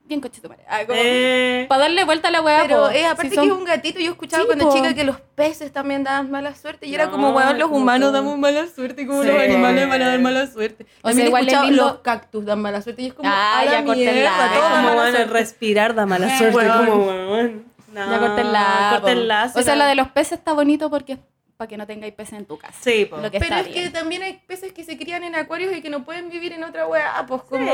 Speaker 4: bien cochito,
Speaker 2: Eh,
Speaker 4: Ah, Para darle vuelta a la weá,
Speaker 1: Pero
Speaker 4: po.
Speaker 1: eh,
Speaker 4: Si
Speaker 1: aparte
Speaker 4: son-
Speaker 1: que es un gatito, yo escuchaba
Speaker 4: Sí,
Speaker 1: cuando
Speaker 4: po.
Speaker 1: chica que los peces también daban mala suerte. Y era como,
Speaker 2: No,
Speaker 1: weón, los
Speaker 2: como
Speaker 1: humanos
Speaker 2: todo.
Speaker 1: damos mala suerte, como
Speaker 2: Sí.
Speaker 1: los animales van a dar mala suerte.
Speaker 4: O
Speaker 1: También
Speaker 4: sea, igual es
Speaker 1: escuchaba
Speaker 4: lindo-
Speaker 1: los cactus dan mala suerte. Y es como,
Speaker 4: Ah,
Speaker 1: ah,
Speaker 4: ya
Speaker 1: ya
Speaker 4: corté
Speaker 1: corté
Speaker 4: la-
Speaker 2: es
Speaker 4: toda
Speaker 2: como
Speaker 4: mala
Speaker 2: van a respirar da mala
Speaker 4: Eh,
Speaker 2: suerte.
Speaker 1: weón.
Speaker 2: Como weón. No,
Speaker 4: Ya corté el
Speaker 1: Ah,
Speaker 4: lazo.
Speaker 2: corta el lazo,
Speaker 4: O sea,
Speaker 2: ya.
Speaker 4: la de los peces está bonito porque es para que no tengáis peces en tu casa.
Speaker 2: Sí, po.
Speaker 4: Lo que
Speaker 1: Pero
Speaker 4: está
Speaker 1: es que
Speaker 4: bien.
Speaker 1: también hay peces que se crían en acuarios y que no pueden vivir en otra weá, pues como, mm,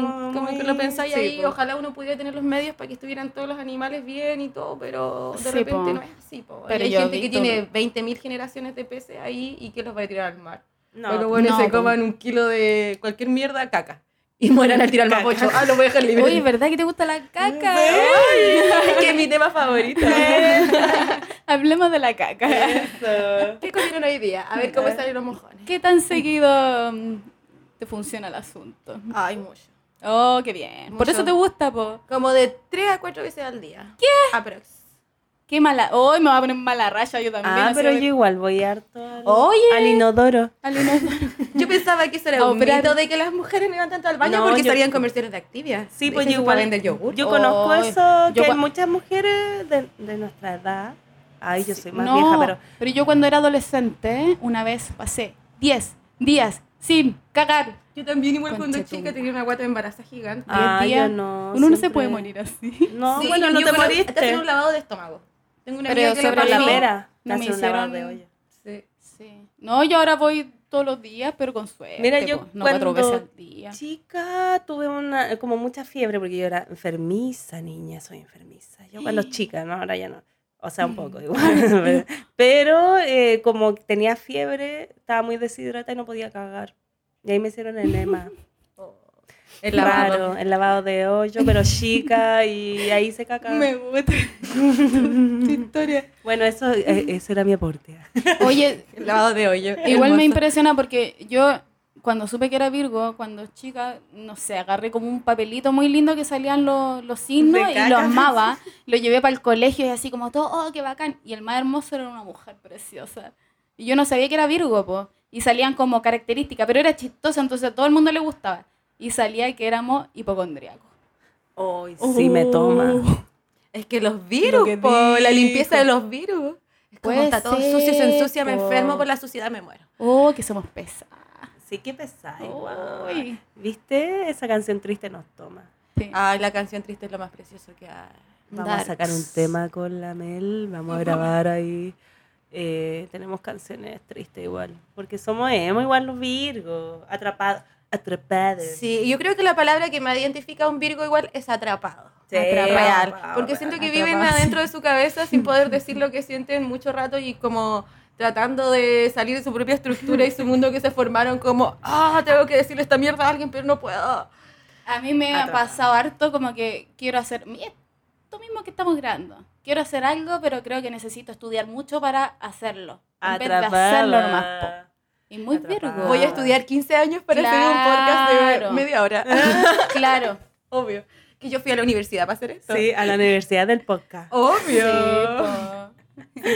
Speaker 2: po,
Speaker 1: como que
Speaker 2: muy-
Speaker 1: lo pensáis
Speaker 2: sí,
Speaker 1: ahí,
Speaker 2: po.
Speaker 1: ojalá uno pudiera tener los medios para que estuvieran todos los animales bien y todo, pero de
Speaker 4: Sí,
Speaker 1: repente
Speaker 4: po.
Speaker 1: no es así, po.
Speaker 4: Pero
Speaker 1: y hay
Speaker 4: yo
Speaker 1: gente
Speaker 4: vi
Speaker 1: que
Speaker 4: todo.
Speaker 1: tiene 20.000 generaciones de peces ahí y que los va a tirar al mar.
Speaker 2: No,
Speaker 1: o los buenos
Speaker 4: no,
Speaker 1: se
Speaker 4: po.
Speaker 1: coman un kilo de cualquier mierda, caca. Y mueran al tirar el mapocho. Ah, lo voy a dejar libre.
Speaker 4: Oye, ¿verdad que te gusta la caca?
Speaker 1: es que es mi tema favorito.
Speaker 4: Hablemos de la caca.
Speaker 2: eso.
Speaker 1: ¿Qué comieron hoy día? A ver cómo salen los mojones.
Speaker 4: ¿Qué tan seguido mm, te funciona el asunto?
Speaker 1: Ay, mucho.
Speaker 4: Oh, qué bien. Por
Speaker 1: Mucho.
Speaker 4: eso te gusta, po.
Speaker 1: Como de 3 a 4 veces al día. ¿Qué? Aprox.
Speaker 4: Qué mala. Hoy me va a poner mala raya yo también.
Speaker 2: Ah,
Speaker 4: así
Speaker 2: pero
Speaker 4: que-
Speaker 2: yo igual voy harto al,
Speaker 4: Oye.
Speaker 2: al inodoro.
Speaker 4: Ale, no-
Speaker 1: Yo pensaba que eso era
Speaker 4: A
Speaker 1: un
Speaker 4: operar.
Speaker 1: mito de que las mujeres no iban tanto al baño
Speaker 2: No,
Speaker 1: porque
Speaker 2: yo-
Speaker 1: salían comerciales de actividad.
Speaker 2: Sí,
Speaker 1: De
Speaker 2: pues yo
Speaker 1: esos
Speaker 2: igual.
Speaker 1: para vender yogur.
Speaker 2: Yo conozco
Speaker 4: Ay,
Speaker 2: eso,
Speaker 4: yo
Speaker 2: que hay
Speaker 4: cua-
Speaker 2: muchas mujeres de, de nuestra edad. Ay, yo soy más
Speaker 4: no,
Speaker 2: vieja, pero
Speaker 4: yo cuando era adolescente, una vez pasé 10, días sin cagar.
Speaker 1: Yo también, igual cuando
Speaker 4: Concha tu
Speaker 1: chica,
Speaker 4: madre.
Speaker 1: tenía una guata de embarazo gigante.
Speaker 2: Ah,
Speaker 4: Diez días.
Speaker 2: yo no.
Speaker 4: Uno no se
Speaker 2: siempre-
Speaker 4: puede morir así.
Speaker 2: No,
Speaker 1: Sí,
Speaker 2: bueno, no
Speaker 1: yo
Speaker 2: te
Speaker 1: con la-
Speaker 2: moriste.
Speaker 1: Te hacen un lavado de estómago. Tengo una
Speaker 4: Pero
Speaker 1: amiga que le
Speaker 4: sobre
Speaker 2: Por
Speaker 4: la
Speaker 2: la
Speaker 1: pasó-
Speaker 2: pera.
Speaker 4: no
Speaker 2: te
Speaker 4: me
Speaker 2: hacen un lavado de
Speaker 4: hicieron-
Speaker 2: olla.
Speaker 1: Sí.
Speaker 4: Sí. No, yo ahora voy todos los días, pero con suerte.
Speaker 2: Mira, yo
Speaker 4: po, no cuatro
Speaker 2: cuando-
Speaker 4: veces al día.
Speaker 2: Chica, tuve una, como mucha fiebre porque yo era enfermiza, niña, soy enfermiza. Yo cuando chica, ¿no? Ahora ya no. O sea, un poco igual. Pero eh, como tenía fiebre, estaba muy deshidratada y no podía cagar. Y ahí me hicieron enema.
Speaker 1: El
Speaker 2: Claro,
Speaker 1: lavado.
Speaker 2: Oh, el lavado de hoyo, pero chica, y ahí se caca.
Speaker 4: Me gusta tu historia.
Speaker 2: Bueno, eso, eh, eso era mi aporte.
Speaker 4: Oye,
Speaker 1: El lavado de hoyo.
Speaker 4: Igual me
Speaker 1: Hermoso.
Speaker 4: impresiona porque yo, cuando supe que era Virgo, cuando chica, no sé, agarré como un papelito muy lindo que salían los, los signos
Speaker 1: De
Speaker 4: y
Speaker 1: caca.
Speaker 4: lo amaba. Lo llevé para el colegio y así como todo, oh, qué bacán. Y el más hermoso era una mujer preciosa. Y yo no sabía que era Virgo, po. Y salían como características, pero era chistosa, entonces a todo el mundo le gustaba. Y salía que éramos hipocondriacos.
Speaker 2: Hoy
Speaker 4: Oh.
Speaker 2: sí me toma.
Speaker 1: Oh. Es que los
Speaker 4: Lo
Speaker 1: virus,
Speaker 4: que
Speaker 1: po, la limpieza de
Speaker 4: dijo.
Speaker 1: los virus. Es como
Speaker 4: Puede
Speaker 1: está todo
Speaker 4: ser,
Speaker 1: sucio, se ensucia, me
Speaker 4: po.
Speaker 1: enfermo por la suciedad, me muero.
Speaker 4: Oh, que somos pesados.
Speaker 2: Sí, que pesada.
Speaker 4: Uy.
Speaker 2: ¿Viste? Esa canción triste nos toma.
Speaker 4: Sí.
Speaker 1: Ay, la canción triste es lo más precioso que hay.
Speaker 2: Vamos
Speaker 4: Darks.
Speaker 2: a sacar un tema con la Mel, vamos a grabar ahí. Eh, tenemos canciones tristes igual, porque somos emo igual los Virgos, atrapados. Atrapados.
Speaker 1: Sí, yo creo que la palabra que me identifica a un Virgo igual es atrapado.
Speaker 2: Sí,
Speaker 1: Atrapar.
Speaker 2: atrapado,
Speaker 1: Porque
Speaker 2: real,
Speaker 1: siento que
Speaker 2: atrapado,
Speaker 1: viven
Speaker 2: sí.
Speaker 1: adentro de su cabeza sin poder decir lo que sienten mucho rato y como tratando de salir de su propia estructura y su mundo que se formaron como, ah, tengo que decirle esta mierda a alguien, pero no puedo.
Speaker 4: A mí me ha
Speaker 2: Atrapada.
Speaker 4: pasado harto como que quiero hacer mi- esto mismo que estamos grabando. Quiero hacer algo, pero creo que necesito estudiar mucho para hacerlo. En vez de hacerlo nomás. po.
Speaker 2: Atrapada.
Speaker 4: Y muy
Speaker 2: Atrapada.
Speaker 4: virgo.
Speaker 1: Voy a estudiar 15 años para hacer un podcast de
Speaker 4: Claro.
Speaker 1: media hora.
Speaker 4: Claro.
Speaker 1: Obvio. Que yo fui a la universidad para hacer esto.
Speaker 2: Sí, a la universidad del podcast.
Speaker 4: Oh.
Speaker 1: Obvio.
Speaker 4: Sí, po.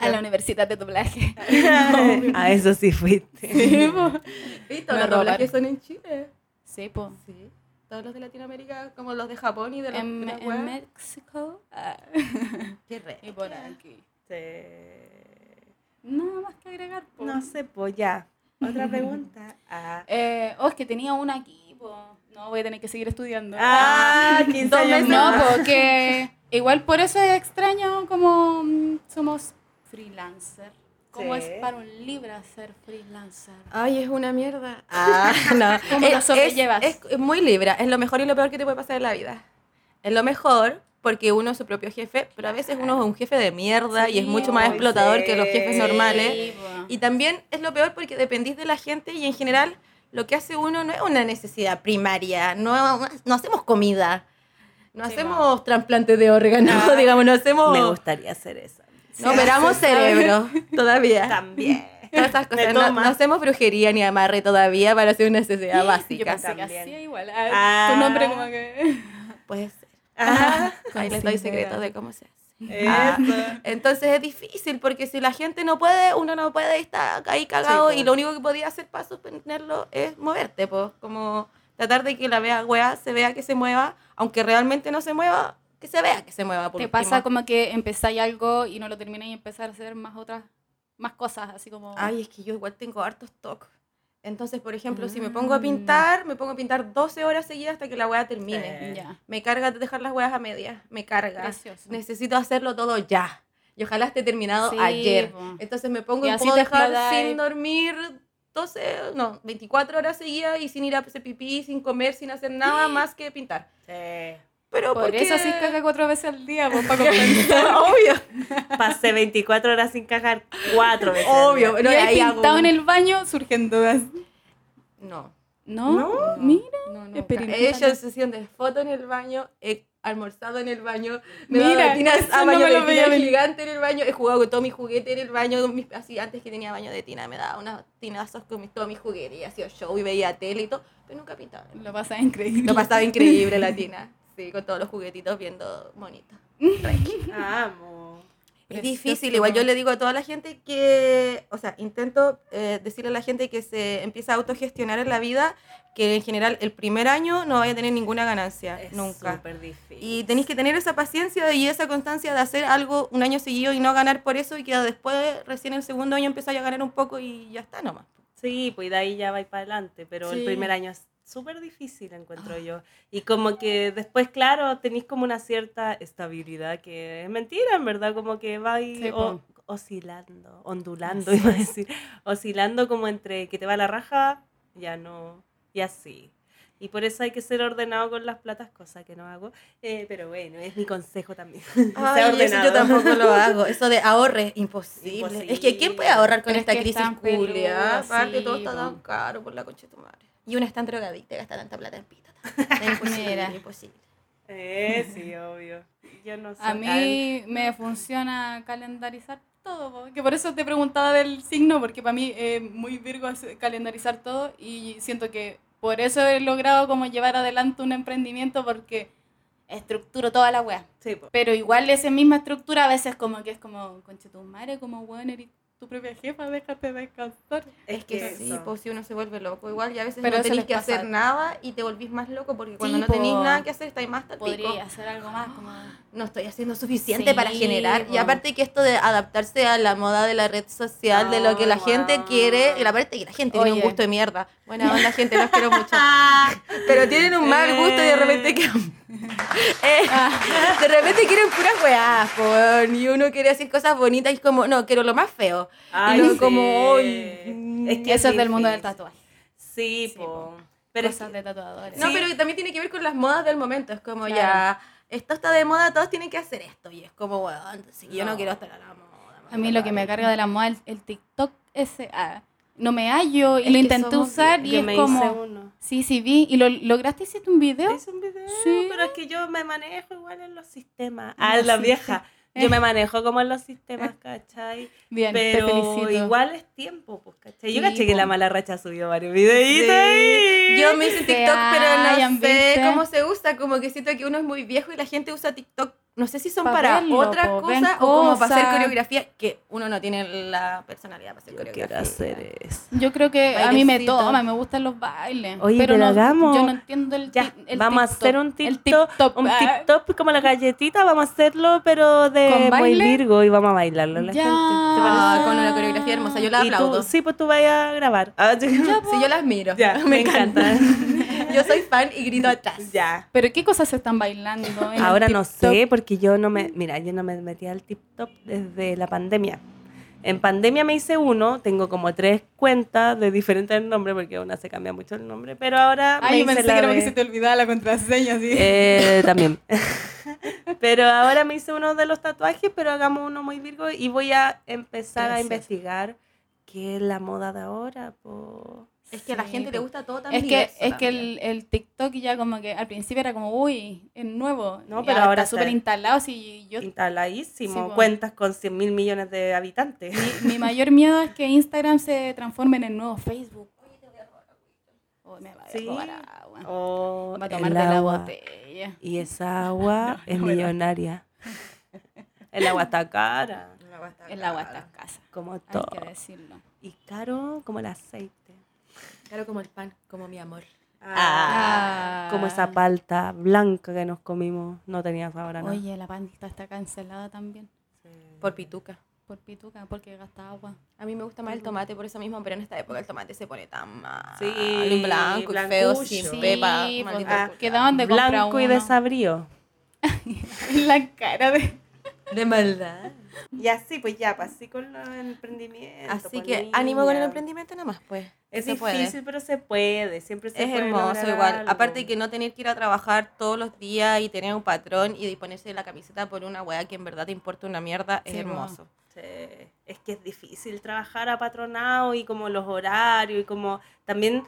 Speaker 4: A la universidad de doblaje.
Speaker 2: a eso sí fuiste.
Speaker 4: Sí, po.
Speaker 1: ¿Y
Speaker 4: Me
Speaker 1: todos los
Speaker 4: robaron.
Speaker 1: doblajes son en Chile?
Speaker 4: Sí, po.
Speaker 1: Sí. Todos los de Latinoamérica, como los de Japón y de los
Speaker 4: En,
Speaker 1: de las
Speaker 4: en
Speaker 1: weas.
Speaker 4: México. ah,
Speaker 1: Qué re.
Speaker 4: y por aquí.
Speaker 2: Sí.
Speaker 4: Nada más que agregar. po.
Speaker 2: No sé, pues ya. Otra pregunta. Ah,
Speaker 4: Eh, oh, es que tenía una aquí. po. No, voy a tener que seguir estudiando.
Speaker 2: ah 15
Speaker 1: Dos
Speaker 2: años
Speaker 1: meses.
Speaker 4: No,
Speaker 2: más.
Speaker 4: porque igual por eso es extraño como mm, somos freelancer. ¿Cómo
Speaker 2: Sí.
Speaker 4: es para un libra ser freelancer?
Speaker 1: Ay, es una mierda. Ah, no.
Speaker 4: ¿Cómo lo sobrellevas?
Speaker 1: Es, es muy libra. Es lo mejor y lo peor que te puede pasar en la vida. Es lo mejor porque uno es su propio jefe, pero a veces uno es un jefe de mierda y es
Speaker 4: Sí,
Speaker 1: mucho más
Speaker 4: ay,
Speaker 1: explotador
Speaker 2: sí.
Speaker 1: que los jefes
Speaker 2: Sí.
Speaker 1: normales.
Speaker 4: Sí, po.
Speaker 1: Y también es lo peor porque dependís de la gente y en general lo que hace uno no es una necesidad primaria, no, no hacemos comida, no
Speaker 4: Sí,
Speaker 1: hacemos trasplante de órganos, digamos, no hacemos...
Speaker 2: Me gustaría hacer eso.
Speaker 1: No operamos cerebro todavía.
Speaker 2: También.
Speaker 1: Todas esas
Speaker 2: Me
Speaker 1: cosas. No,
Speaker 2: toma.
Speaker 1: no hacemos brujería ni amarre todavía para hacer una necesidad
Speaker 4: Yo
Speaker 1: básica.
Speaker 4: pensé que
Speaker 2: también.
Speaker 4: hacía igual. Ah,
Speaker 2: Ah.
Speaker 4: Tu nombre como que...
Speaker 1: Puede ser.
Speaker 2: Ah,
Speaker 1: Ahí les doy
Speaker 4: Considera.
Speaker 1: secretos de cómo se hace.
Speaker 2: eso.
Speaker 1: Entonces es difícil porque si la gente no puede, uno no puede y está ahí cagado
Speaker 2: Sí, po.
Speaker 1: y lo único que podía hacer para suspenderlo es moverte, pues como tratar de que la vea weá se vea que se mueva, aunque realmente no se mueva, que se vea que se mueva. Por
Speaker 4: Te
Speaker 1: último.
Speaker 4: pasa como que empezáis algo y no lo termináis y empezar a hacer más otras... Más cosas, así como...
Speaker 1: Ay, es que yo igual tengo hartos toques. Entonces, por ejemplo, si me
Speaker 4: Ah.
Speaker 1: pongo a pintar, me pongo a pintar 12 horas seguidas hasta que la weá termine.
Speaker 2: Sí.
Speaker 4: Ya.
Speaker 1: Me carga dejar las weas a medias, me carga.
Speaker 4: Precioso.
Speaker 1: Necesito hacerlo todo ya. Y ojalá esté terminado
Speaker 4: Sí,
Speaker 1: ayer.
Speaker 4: po.
Speaker 1: Entonces me pongo
Speaker 4: Y
Speaker 1: y
Speaker 4: así
Speaker 1: puedo
Speaker 4: te
Speaker 1: dejar
Speaker 4: explotáis.
Speaker 1: sin dormir 12, no, 24 horas seguidas y sin ir a hacer pipí, sin comer, sin hacer nada más que pintar.
Speaker 2: Sí.
Speaker 1: Pero
Speaker 4: Por
Speaker 1: porque-
Speaker 4: eso sí caga cuatro veces al día, pues, para compensar.
Speaker 1: Obvio.
Speaker 2: Pasé 24 horas sin cagar cuatro veces. al
Speaker 1: Obvio.
Speaker 2: día.
Speaker 1: Pero
Speaker 4: y ahí
Speaker 1: ahí hago
Speaker 4: pintado en
Speaker 1: un-
Speaker 4: el baño surgen dudas.
Speaker 1: No.
Speaker 4: ¿No?
Speaker 2: No.
Speaker 4: Mira.
Speaker 1: No, nunca.
Speaker 4: Experimenta.
Speaker 1: He hecho sesión de foto en el baño, he almorzado en el baño, me he
Speaker 4: Mira,
Speaker 1: dado tinas
Speaker 4: eso
Speaker 1: a
Speaker 4: no
Speaker 1: baño
Speaker 4: me
Speaker 1: de
Speaker 4: lo
Speaker 1: tina
Speaker 4: veía venir.
Speaker 1: gigante en el baño, he jugado con todo mi juguete en el baño, mis- así antes que tenía baño de tina, me daba unos tinazos con mis- todo mi juguete y hacía show y veía tele y todo, pero nunca pintaba.
Speaker 4: Lo pasas increíble.
Speaker 1: Lo pasaba increíble la tina, sí, con todos los juguetitos viendo monitos.
Speaker 2: Amo.
Speaker 1: Es
Speaker 4: Precioso.
Speaker 1: difícil, igual yo le digo a toda la gente que, o sea, intento eh, decirle a la gente que se empieza a autogestionar en la vida, que en general el primer año no vaya a tener ninguna ganancia,
Speaker 2: Es
Speaker 1: nunca.
Speaker 2: súper difícil.
Speaker 1: Y tenéis que tener esa paciencia y esa constancia de hacer algo un año seguido y no ganar por eso y que después, recién el segundo año empezáis a ganar un poco y ya está nomás.
Speaker 2: Sí, pues de ahí ya va para adelante, pero el
Speaker 1: Sí.
Speaker 2: primer año es súper difícil, encuentro yo. Y como que después, claro, tenéis como una cierta estabilidad que es mentira, en verdad, como que va ahí
Speaker 4: Sí,
Speaker 2: o-
Speaker 4: po.
Speaker 2: oscilando, ondulando, iba a decir, oscilando como entre que te va la raja, ya no, y así. Y por eso hay que ser ordenado con las platas, cosa que no hago. Eh, pero bueno, es mi consejo también. Ser
Speaker 1: Ay, eso yo
Speaker 2: ordenado.
Speaker 1: tampoco lo hago. Eso de ahorre, imposible.
Speaker 2: Imposible.
Speaker 1: Es que ¿quién puede ahorrar con
Speaker 4: Pero es
Speaker 1: esta
Speaker 4: que
Speaker 1: crisis
Speaker 4: están
Speaker 1: culia?
Speaker 4: peludas,
Speaker 1: Aparte,
Speaker 4: sí,
Speaker 1: todo está
Speaker 4: po.
Speaker 1: tan caro por la concha de tu madre. Y una está en drogadicta y gasta tanta plata en pita. Es imposible,
Speaker 4: Mira.
Speaker 1: es imposible.
Speaker 2: Eh, sí, obvio. Yo no sé.
Speaker 4: A mí me funciona calendarizar todo, po, que por eso te preguntaba del signo, porque para mí es muy virgo hacer- calendarizar todo y siento que por eso he logrado como llevar adelante un emprendimiento porque estructuro toda la wea.
Speaker 2: Sí, po.
Speaker 4: Pero igual esa misma estructura a veces como que es como, conche tu madre, como weón, eres tu propia jefa, déjate descansar.
Speaker 1: Es que sí,
Speaker 2: eso.
Speaker 1: pues si uno se vuelve loco. Igual ya a veces
Speaker 4: Pero
Speaker 1: no
Speaker 4: eso
Speaker 1: tenéis
Speaker 4: les
Speaker 1: que
Speaker 4: pasa.
Speaker 1: hacer nada y te volvís más loco porque cuando
Speaker 4: Sí,
Speaker 1: no tenéis
Speaker 4: po.
Speaker 1: nada que hacer estáis más tal pico.
Speaker 4: Podría hacer algo más como...
Speaker 1: No estoy haciendo suficiente
Speaker 4: Sí,
Speaker 1: para generar. Y
Speaker 4: po.
Speaker 1: aparte que esto de adaptarse a la moda de la red social, de lo que la
Speaker 2: Ay,
Speaker 1: gente
Speaker 2: guau.
Speaker 1: quiere, y la parte que la gente tiene un
Speaker 4: Oye.
Speaker 1: gusto de mierda. Buena onda, gente, los quiero mucho.
Speaker 2: Ah.
Speaker 1: Pero tienen un mal gusto y de repente quieren... Eh, de repente quieren puras weas, po, weón. y uno quiere decir cosas bonitas y es como, no, quiero lo más feo.
Speaker 2: Ay,
Speaker 1: Y uno
Speaker 2: sí.
Speaker 1: como, "Ay,
Speaker 2: es que
Speaker 4: eso es mm, del mundo del
Speaker 2: difícil.
Speaker 4: tatuaje.
Speaker 2: Sí,
Speaker 4: Sí,
Speaker 2: po.
Speaker 4: po.
Speaker 2: Pero
Speaker 4: Cosas
Speaker 2: es-
Speaker 4: de tatuadores.
Speaker 1: No,
Speaker 2: Sí.
Speaker 1: pero también tiene que ver con las modas del momento. Es como
Speaker 4: Claro.
Speaker 1: ya, esto está de moda, todos tienen que hacer esto. Y es como, weón, si yo no
Speaker 2: No.
Speaker 1: quiero estar a la moda.
Speaker 4: A mí lo que me carga de la moda es el TikTok ese. ah, no me hallo y
Speaker 1: Es
Speaker 4: lo
Speaker 1: que
Speaker 4: intenté
Speaker 1: somos
Speaker 4: usar y
Speaker 1: bien.
Speaker 2: yo
Speaker 4: es
Speaker 2: me hice
Speaker 4: como.
Speaker 2: uno.
Speaker 4: Sí, sí, vi. ¿Y lo lograste? ¿Hiciste un video?
Speaker 2: Hice un video,
Speaker 4: Sí.
Speaker 2: pero es que yo me manejo igual en los sistemas.
Speaker 4: En
Speaker 2: Ah,
Speaker 4: los
Speaker 2: la
Speaker 4: sistem-
Speaker 2: vieja. Yo me manejo como en los sistemas, ¿cachai?
Speaker 4: Bien, te
Speaker 2: Pero
Speaker 4: felicito.
Speaker 2: igual es tiempo, pues, ¿cachai? Yo
Speaker 4: Sí,
Speaker 2: caché que
Speaker 4: po.
Speaker 2: la mala racha subió varios videitos ahí.
Speaker 1: Yo me hice
Speaker 4: Se
Speaker 1: TikTok, pero no
Speaker 4: hallan,
Speaker 1: sé
Speaker 4: ¿viste?
Speaker 1: cómo se usa. Como que siento que uno es muy viejo y la gente usa TikTok. No sé si son
Speaker 4: Pa'
Speaker 1: para
Speaker 4: verlo,
Speaker 1: otra
Speaker 4: po, ven
Speaker 1: cosa o como para hacer
Speaker 4: cosas.
Speaker 1: coreografía, que uno no tiene la personalidad para hacer
Speaker 2: Yo
Speaker 1: coreografía.
Speaker 2: quiero hacer eso.
Speaker 4: Yo creo que a mí me
Speaker 1: Bailecito.
Speaker 4: toma, me gustan los bailes.
Speaker 2: Oye,
Speaker 4: pero
Speaker 2: pero
Speaker 4: no,
Speaker 2: hagamos-
Speaker 4: Yo no entiendo el
Speaker 2: Ya,
Speaker 4: ti- el
Speaker 2: vamos a
Speaker 4: TikTok,
Speaker 2: hacer un
Speaker 4: el
Speaker 2: TikTok,
Speaker 4: TikTok,
Speaker 2: un
Speaker 4: ah,
Speaker 2: TikTok como la galletita, vamos a hacerlo, pero de
Speaker 4: ¿Con
Speaker 2: muy
Speaker 4: baile?
Speaker 2: virgo y vamos a bailarlo la
Speaker 4: Ya.
Speaker 2: gente. ¿Te parece?
Speaker 1: Ah, con una coreografía hermosa. Yo la
Speaker 2: Y tú-
Speaker 1: aplaudo.
Speaker 2: sí, pues tú vayas a grabar. Ah, sí.
Speaker 1: Sí, yo las miro.
Speaker 2: Ya,
Speaker 1: me,
Speaker 2: me
Speaker 1: encanta.
Speaker 2: encanta.
Speaker 1: yo soy fan y grito atrás.
Speaker 2: ya.
Speaker 4: Pero ¿qué cosas se están bailando? en el
Speaker 2: Ahora no
Speaker 4: TikTok?
Speaker 2: sé, porque yo no me. Mira, yo no me metí al tip top desde la pandemia. En pandemia me hice uno, tengo como tres cuentas de diferentes nombres, porque una se cambia mucho el nombre, pero ahora. me
Speaker 4: Ay, yo
Speaker 2: hice
Speaker 4: pensé
Speaker 2: la
Speaker 4: que era porque
Speaker 2: de-
Speaker 4: se te olvidaba la contraseña, así.
Speaker 2: Eh, también. pero ahora me hice uno de los tatuajes, pero hagamos uno muy virgo y voy a empezar a
Speaker 4: Gracias.
Speaker 2: investigar qué es la moda de ahora. po.
Speaker 1: Es que a la
Speaker 4: Sí,
Speaker 1: gente le
Speaker 4: po.
Speaker 1: gusta todo tan
Speaker 4: Es que,
Speaker 1: diverso
Speaker 4: es que
Speaker 1: también.
Speaker 4: el, el TikTok ya como que al principio era como, uy, es nuevo.
Speaker 2: No,
Speaker 4: Y
Speaker 2: pero ahora
Speaker 4: está súper
Speaker 2: está-
Speaker 4: instalado. Si yo, mi, Sí,
Speaker 2: Instaladísimo.
Speaker 4: po.
Speaker 2: Cuentas con 100 mil millones de habitantes.
Speaker 4: mi mayor miedo es que Instagram se transforme en el nuevo Facebook. Uy, me va a
Speaker 2: Sí.
Speaker 4: robar agua.
Speaker 2: Oh,
Speaker 4: Va a
Speaker 2: el
Speaker 4: tomar de la
Speaker 2: agua.
Speaker 4: botella.
Speaker 2: Y esa agua es millonaria. El agua está cara,
Speaker 1: El agua está
Speaker 4: El agua
Speaker 1: cara.
Speaker 4: está casa.
Speaker 2: como
Speaker 4: Hay
Speaker 2: todo.
Speaker 4: que decirlo.
Speaker 2: Y caro como el aceite.
Speaker 1: Claro como el pan, como mi amor.
Speaker 4: Ah.
Speaker 2: Como esa palta blanca que nos comimos. No tenía sabor a nada.
Speaker 4: Oye, la pandita está cancelada también.
Speaker 1: Por pituca.
Speaker 4: Por pituca, porque gasta agua.
Speaker 1: A mí me gusta más el tomate por eso mismo, pero en esta época el tomate se pone tan mal.
Speaker 2: Sí,
Speaker 1: Un blanco, y feo,
Speaker 2: blancucho.
Speaker 1: sin
Speaker 2: Sí,
Speaker 1: pepa.
Speaker 4: pues,
Speaker 1: maldito
Speaker 4: ah,
Speaker 1: culiao.
Speaker 4: quedaban de comprar
Speaker 2: Blanco y
Speaker 4: uno.
Speaker 2: desabrío.
Speaker 4: La cara de...
Speaker 1: De maldad.
Speaker 2: Y así, pues ya, pasé con los emprendimientos.
Speaker 1: Así
Speaker 2: pues,
Speaker 1: que
Speaker 2: niña.
Speaker 1: ánimo con el emprendimiento nada más, pues.
Speaker 2: Es
Speaker 1: Se puede.
Speaker 2: difícil, pero se puede. Siempre se
Speaker 1: Es
Speaker 2: puede
Speaker 1: hermoso
Speaker 2: lograr
Speaker 1: igual.
Speaker 2: algo.
Speaker 1: Aparte que no tener que ir a trabajar todos los días y tener un patrón y ponerse la camiseta por una weá que en verdad te importa una mierda, es
Speaker 4: Sí, po.
Speaker 1: hermoso.
Speaker 2: Sí, Es que es difícil trabajar apatronado y como los horarios y como también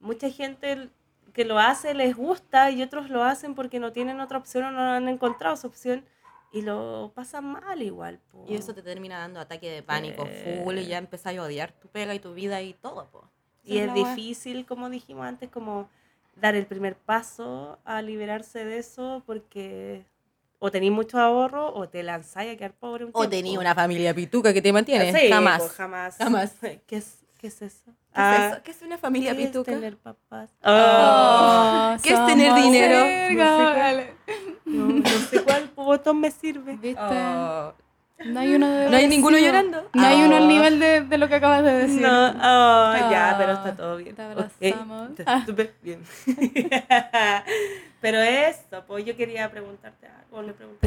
Speaker 2: mucha gente que lo hace les gusta y otros lo hacen porque no tienen otra opción o no han encontrado su opción y lo pasan mal igual. po.
Speaker 1: Y eso te termina dando ataque de pánico
Speaker 2: Sí.
Speaker 1: full y ya empezás a odiar tu pega y tu vida y todo, po.
Speaker 2: Y
Speaker 1: Esa
Speaker 2: es
Speaker 1: la weá.
Speaker 2: difícil, como dijimos antes, como dar el primer paso a liberarse de eso porque o tenéis mucho ahorro o te lanzáis a quedar pobre. un
Speaker 1: O
Speaker 2: tiempo.
Speaker 1: tenía una familia pituca que te mantiene.
Speaker 2: Sí,
Speaker 1: jamás.
Speaker 2: po, jamás.
Speaker 1: Jamás.
Speaker 2: ¿Qué es, qué es eso?
Speaker 1: ¿Qué
Speaker 2: Ah.
Speaker 1: es eso? ¿Qué es una familia
Speaker 2: ¿Qué es
Speaker 1: pituca?
Speaker 2: tener papás?
Speaker 1: Oh.
Speaker 4: Ah.
Speaker 1: ¿Qué es tener
Speaker 4: Oh, somos
Speaker 1: dinero?
Speaker 4: cerca,
Speaker 2: No sé.
Speaker 4: vale.
Speaker 2: No, no sé cuál botón me sirve.
Speaker 4: ¿Viste?
Speaker 1: Oh,
Speaker 4: No hay uno de
Speaker 5: No hay ninguno
Speaker 4: depresivo.
Speaker 5: llorando.
Speaker 4: No hay uno
Speaker 5: Ah.
Speaker 4: al nivel de, de lo que acabas de decir.
Speaker 5: No, ah, ya,
Speaker 4: Ah,
Speaker 5: pero está todo bien.
Speaker 4: te
Speaker 5: ok,
Speaker 4: abrazamos.
Speaker 5: está
Speaker 4: Ah.
Speaker 5: súper bien. pero eso, pues yo quería preguntarte algo. Le pregunté,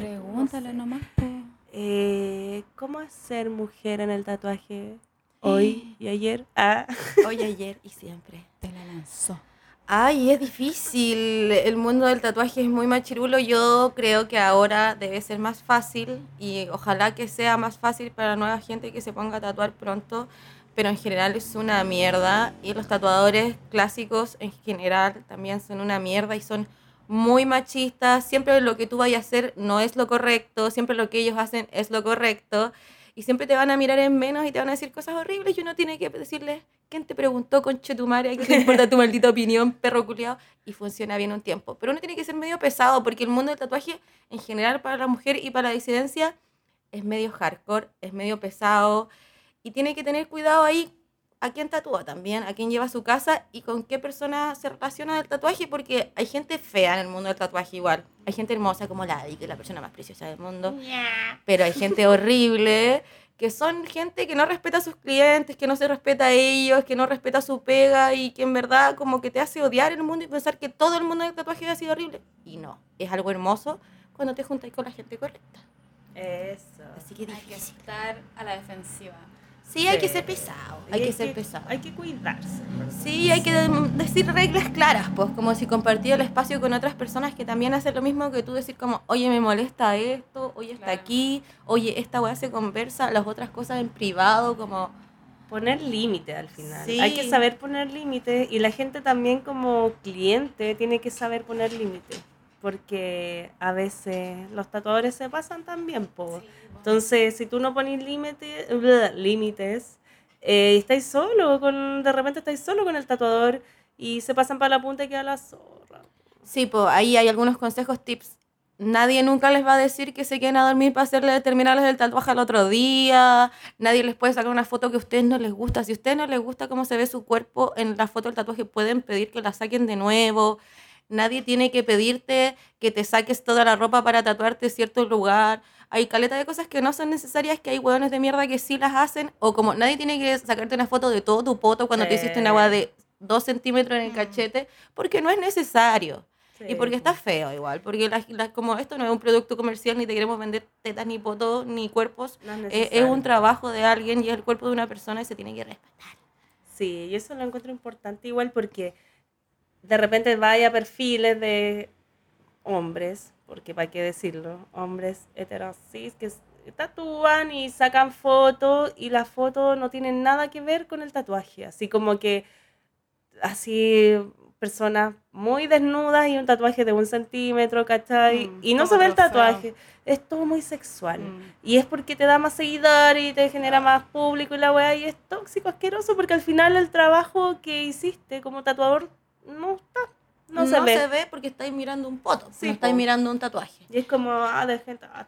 Speaker 5: no.
Speaker 4: Pregúntale
Speaker 5: sé.
Speaker 4: nomás. po.
Speaker 2: Eh, ¿Cómo hacer mujer en el tatuaje hoy y ayer? Ah,
Speaker 1: Hoy, ayer y siempre.
Speaker 4: Te la lanzó.
Speaker 1: Ay, es difícil. El mundo del tatuaje es muy machirulo. Yo creo que ahora debe ser más fácil y ojalá que sea más fácil para la nueva gente que se ponga a tatuar pronto. Pero en general es una mierda y los tatuadores clásicos en general también son una mierda y son muy machistas. Siempre lo que tú vayas a hacer no es lo correcto, siempre lo que ellos hacen es lo correcto y siempre te van a mirar en menos y te van a decir cosas horribles y uno tiene que decirles, ¿quién te preguntó, conche tu madre? ¿Qué te importa tu maldita opinión, perro culiao? Y funciona bien un tiempo. Pero uno tiene que ser medio pesado porque el mundo del tatuaje, en general, para la mujer y para la disidencia, es medio hardcore, es medio pesado y tiene que tener cuidado ahí a quién tatúa también, a quién lleva a su casa y con qué persona se relaciona el tatuaje, porque hay gente fea en el mundo del tatuaje igual. Hay gente hermosa como la Adi, que es la persona más preciosa del mundo, pero hay gente horrible, que son gente que no respeta a sus clientes, que no se respeta a ellos, que no respeta su pega y que en verdad como que te hace odiar el mundo y pensar que todo el mundo del tatuaje ha sido horrible. Y no, es algo hermoso cuando te juntas con la gente correcta.
Speaker 5: Eso.
Speaker 1: Así que
Speaker 4: Hay que
Speaker 1: difícil.
Speaker 4: estar a la defensiva.
Speaker 1: Sí, hay que
Speaker 5: Sí.
Speaker 1: ser pesado, hay que ser pesado.
Speaker 5: Hay que cuidarse.
Speaker 1: Sí, hay que de- decir reglas claras, pues, como si compartir el espacio con otras personas que también hacen lo mismo que tú, decir como, oye, me molesta esto, oye, está
Speaker 4: Claro.
Speaker 1: aquí, oye, esta weá se conversa, las otras cosas en privado, como,
Speaker 2: poner límite al final.
Speaker 1: Sí.
Speaker 2: Hay que saber poner límite y la gente también como cliente tiene que saber poner límite. Porque a veces los tatuadores se pasan también, po. Entonces, si tú no pones límite, bla, límites, eh, estáis solo, con, de repente estáis solo con el tatuador y se pasan para la punta y queda la zorra.
Speaker 1: sí, pues, ahí hay algunos consejos, tips. Nadie nunca les va a decir que se queden a dormir para hacerle terminarles el tatuaje al otro día. Nadie les puede sacar una foto que a ustedes no les gusta. Si a ustedes no les gusta cómo se ve su cuerpo en la foto del tatuaje, pueden pedir que la saquen de nuevo. Nadie tiene que pedirte que te saques toda la ropa para tatuarte cierto lugar. Hay caleta de cosas que no son necesarias, que hay hueones de mierda que sí las hacen. O como nadie tiene que sacarte una foto de todo tu poto cuando te hiciste una agua de 2 centímetros en el cachete, porque no es necesario. Y porque está feo igual, porque la- la- como esto no es un producto comercial, ni te queremos vender tetas, ni potos, ni cuerpos.
Speaker 2: No es
Speaker 1: Eh, es
Speaker 2: necesario.
Speaker 1: un trabajo de alguien y es el cuerpo de una persona y se tiene que respetar.
Speaker 2: Sí, y eso lo encuentro importante igual porque de repente vaya perfiles de hombres, porque para qué decirlo, hombres heterosis que s- tatúan y sacan fotos y las fotos no tienen nada que ver con el tatuaje, así como que así personas muy desnudas y un tatuaje de un centímetro, ¿cachai?
Speaker 4: Mm,
Speaker 2: y no se
Speaker 4: como
Speaker 2: ve el
Speaker 4: trofeo.
Speaker 2: tatuaje, es todo muy sexual.
Speaker 5: Mm.
Speaker 2: Y es porque te da más seguidores y te genera más público y la weá, y es tóxico, asqueroso, porque al final el trabajo que hiciste como tatuador no está, no, se ve.
Speaker 1: porque estáis mirando un poto,
Speaker 2: Sí,
Speaker 1: no estáis
Speaker 2: po.
Speaker 1: mirando un tatuaje.
Speaker 2: Y es como, ah, de gente, ah,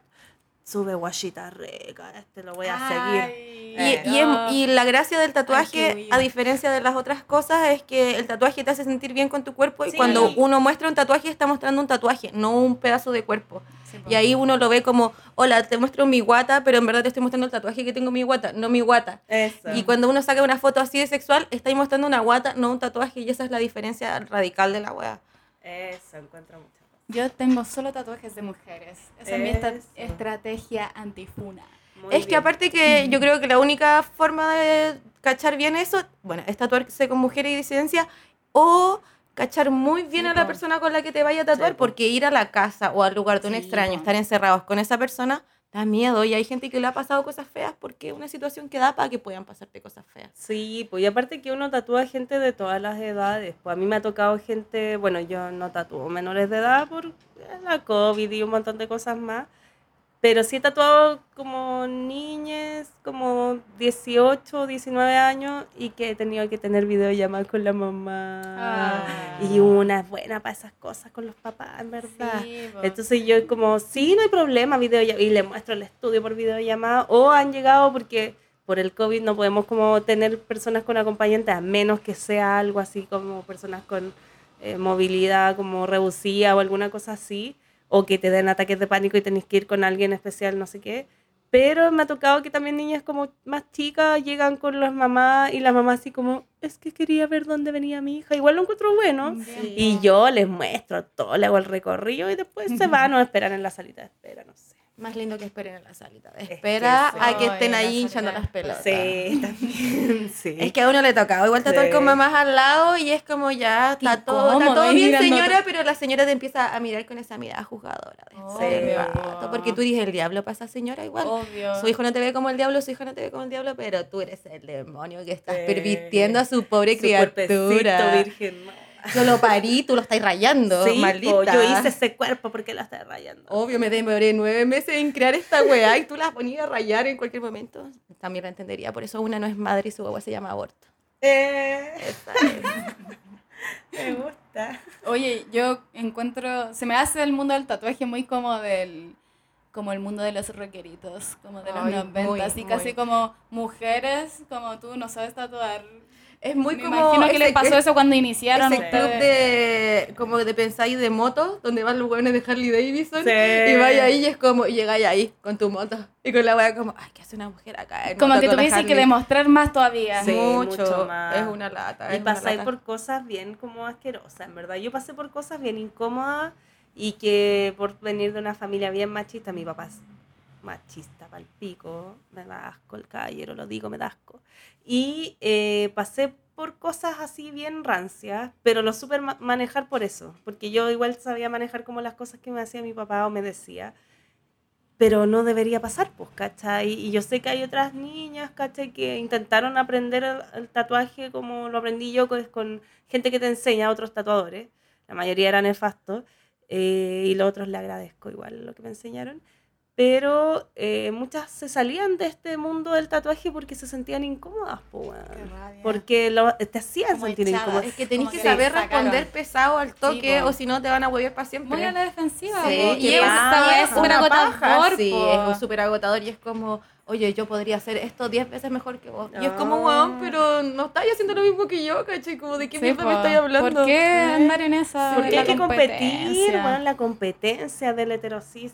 Speaker 2: sube guachita reca, este lo voy a seguir.
Speaker 1: Y,
Speaker 4: Ay, em,
Speaker 1: y es-
Speaker 5: oh.
Speaker 4: no.
Speaker 1: y la gracia del tatuaje,
Speaker 4: Ay, qué
Speaker 1: a diferencia de las otras cosas, es que el tatuaje te hace sentir bien con tu cuerpo y
Speaker 2: Sí.
Speaker 1: cuando uno muestra un tatuaje está mostrando un tatuaje, no un pedazo de cuerpo.
Speaker 4: Sí, po.
Speaker 1: Y ahí uno lo ve como, hola, te muestro mi guata, pero en verdad te estoy mostrando el tatuaje que tengo en mi guata, no mi guata.
Speaker 2: Eso.
Speaker 1: Y cuando uno saca una foto así de sexual, está ahí mostrando una guata, no un tatuaje, y esa es la diferencia radical de la wea.
Speaker 2: Eso, encuentro mucho.
Speaker 4: Yo tengo solo tatuajes de mujeres. Esa es mi esta-
Speaker 2: Eso.
Speaker 4: estrategia antifuna.
Speaker 2: Muy
Speaker 1: es que
Speaker 2: bien.
Speaker 1: aparte que yo creo que la única forma de cachar bien eso, bueno, es tatuarse con mujeres y disidencia o cachar muy bien
Speaker 4: Sí,
Speaker 1: a la
Speaker 4: po.
Speaker 1: persona con la que te vaya a tatuar,
Speaker 2: Sí, po.
Speaker 1: porque ir a la casa o al lugar de un
Speaker 4: Sí,
Speaker 1: extraño,
Speaker 4: po.
Speaker 1: estar encerrados con esa persona, da miedo y hay gente que le ha pasado cosas feas porque es una situación que da para que puedan pasarte cosas feas.
Speaker 2: Sí, pues y aparte que uno tatúa gente de todas las edades. Pues a mí me ha tocado gente, bueno, yo no tatúo menores de edad por eh, la COVID y un montón de cosas más. Pero sí he tatuado como niñas, como 18, 19 años y que he tenido que tener videollamadas con la mamá.
Speaker 4: Ah.
Speaker 2: Y una es buena para esas cosas con los papás, en verdad.
Speaker 4: Sí, po.
Speaker 2: Entonces yo como, sí, no hay problema, video y le muestro el estudio por videollamada o han llegado porque por el COVID no podemos como tener personas con acompañantes a menos que sea algo así como personas con eh, movilidad como reducida o alguna cosa así o que te den ataques de pánico y tenés que ir con alguien especial, no sé qué.
Speaker 6: Pero me ha tocado que también niñas como más chicas llegan con las mamás y las mamás así como, es que quería ver dónde venía mi hija. Igual lo encuentro bueno. Y yo les muestro todo, le hago el recorrido y después se van o esperan en la salita de espera, no sé.
Speaker 1: Más lindo que esperen en la salita. de Espera
Speaker 2: sí.
Speaker 1: a que estén
Speaker 4: Ay, la
Speaker 1: ahí hinchando
Speaker 4: salita.
Speaker 1: las pelotas.
Speaker 6: Sí, también, sí.
Speaker 1: Es que a uno le toca. Igual te
Speaker 6: Sí.
Speaker 1: toca con mamás al lado y es como ya está todo, está
Speaker 4: incómodo,
Speaker 1: todo
Speaker 4: ahí
Speaker 1: bien,
Speaker 4: mirando
Speaker 1: señora,
Speaker 4: otro-
Speaker 1: pero la señora te empieza a mirar con esa mirada juzgadora. de
Speaker 4: Oh,
Speaker 1: ese
Speaker 6: sí.
Speaker 1: rato, porque tú eres el diablo para esa señora igual.
Speaker 4: Obvio.
Speaker 1: Su hijo no te ve como el diablo, su hija no te ve como el diablo, pero tú eres el demonio que estás
Speaker 2: Sí.
Speaker 1: pervirtiendo a su pobre
Speaker 2: Su
Speaker 1: criatura.
Speaker 2: cuerpecito virgen. no.
Speaker 1: Yo lo parí, tú lo estás rayando,
Speaker 2: Sí, po,
Speaker 1: maldita. Oh.
Speaker 2: yo hice ese cuerpo porque lo estás rayando.
Speaker 1: Obvio, me demoré nueve meses en crear esta weá y tú las ponías a rayar en cualquier momento. También la entendería, por eso una no es madre y su guagua se llama aborto.
Speaker 2: Eh,
Speaker 1: Esa es.
Speaker 2: me gusta.
Speaker 4: Oye, yo encuentro, se me hace el mundo del tatuaje muy como del como el mundo de los rockeritos, como de los
Speaker 1: Ay,
Speaker 4: 90,
Speaker 1: muy,
Speaker 4: así
Speaker 1: muy.
Speaker 4: casi como mujeres como tú no sabes tatuar.
Speaker 1: Es muy
Speaker 4: me
Speaker 1: como
Speaker 4: imagino que
Speaker 1: ese-
Speaker 4: les pasó
Speaker 1: ese-
Speaker 4: eso cuando iniciaron
Speaker 1: Ese club
Speaker 4: ustedes.
Speaker 1: de como de pensáis de motos, donde van los hueones de Harley Davidson
Speaker 2: Sí.
Speaker 1: y vais ahí y es como y llegáis ahí con tu moto y con la wea como, ay, ¿qué hace una mujer acá? en
Speaker 4: como
Speaker 1: moto
Speaker 4: que
Speaker 1: con la
Speaker 4: tuviesen que
Speaker 1: Harley?"
Speaker 4: demostrar más todavía.
Speaker 2: Sí,
Speaker 1: mucho,
Speaker 2: mucho más.
Speaker 1: es una lata.
Speaker 2: Y
Speaker 1: es una
Speaker 2: pasáis
Speaker 1: lata.
Speaker 2: por cosas bien como asquerosas, en verdad. Yo pasé por cosas bien incómodas y que por venir de una familia bien machista, mi papá es machista pal pico, me da asco el caballero, lo digo, me da asco. Y eh, pasé por cosas así bien rancias, pero lo supe ma- manejar por eso, porque yo igual sabía manejar como las cosas que me hacía mi papá o me decía pero no debería pasar, pues, ¿cachai? Y yo sé que hay otras niñas, ¿cachai? Que intentaron aprender el, el tatuaje como lo aprendí yo, que es con gente que te enseña, otros tatuadores. La mayoría eran nefastos. eh, y los otros le agradezco igual lo que me enseñaron. Pero eh, muchas se salían de este mundo del tatuaje porque se sentían incómodas, pues, weón. Porque lo- te hacían
Speaker 4: Como
Speaker 2: sentir
Speaker 4: hinchadas.
Speaker 2: incómodas.
Speaker 1: es que tenéis
Speaker 4: como
Speaker 1: que
Speaker 4: que
Speaker 1: saber
Speaker 4: sacaron.
Speaker 1: responder pesado al toque
Speaker 4: po.
Speaker 1: o si no te van a huevear para siempre.
Speaker 4: Muy a la defensiva.
Speaker 2: Sí,
Speaker 4: po. y
Speaker 2: qué
Speaker 4: es,
Speaker 2: paja.
Speaker 4: esta
Speaker 1: es
Speaker 4: es súper
Speaker 1: una paja,
Speaker 4: agotador.
Speaker 1: sí,
Speaker 4: po.
Speaker 1: es súper agotador y es como, oye, yo podría hacer esto 10 veces mejor que vos. Y es
Speaker 4: Ah.
Speaker 1: como, weón, pero no estáis haciendo lo mismo que yo, caché, como de qué
Speaker 4: Sí,
Speaker 1: mierda me
Speaker 4: po.
Speaker 1: estoy hablando.
Speaker 4: ¿Por qué andar en esa?
Speaker 1: Sí.
Speaker 2: Porque
Speaker 4: la
Speaker 2: hay que competir,
Speaker 4: competencia?
Speaker 2: weón, la competencia del heterosis.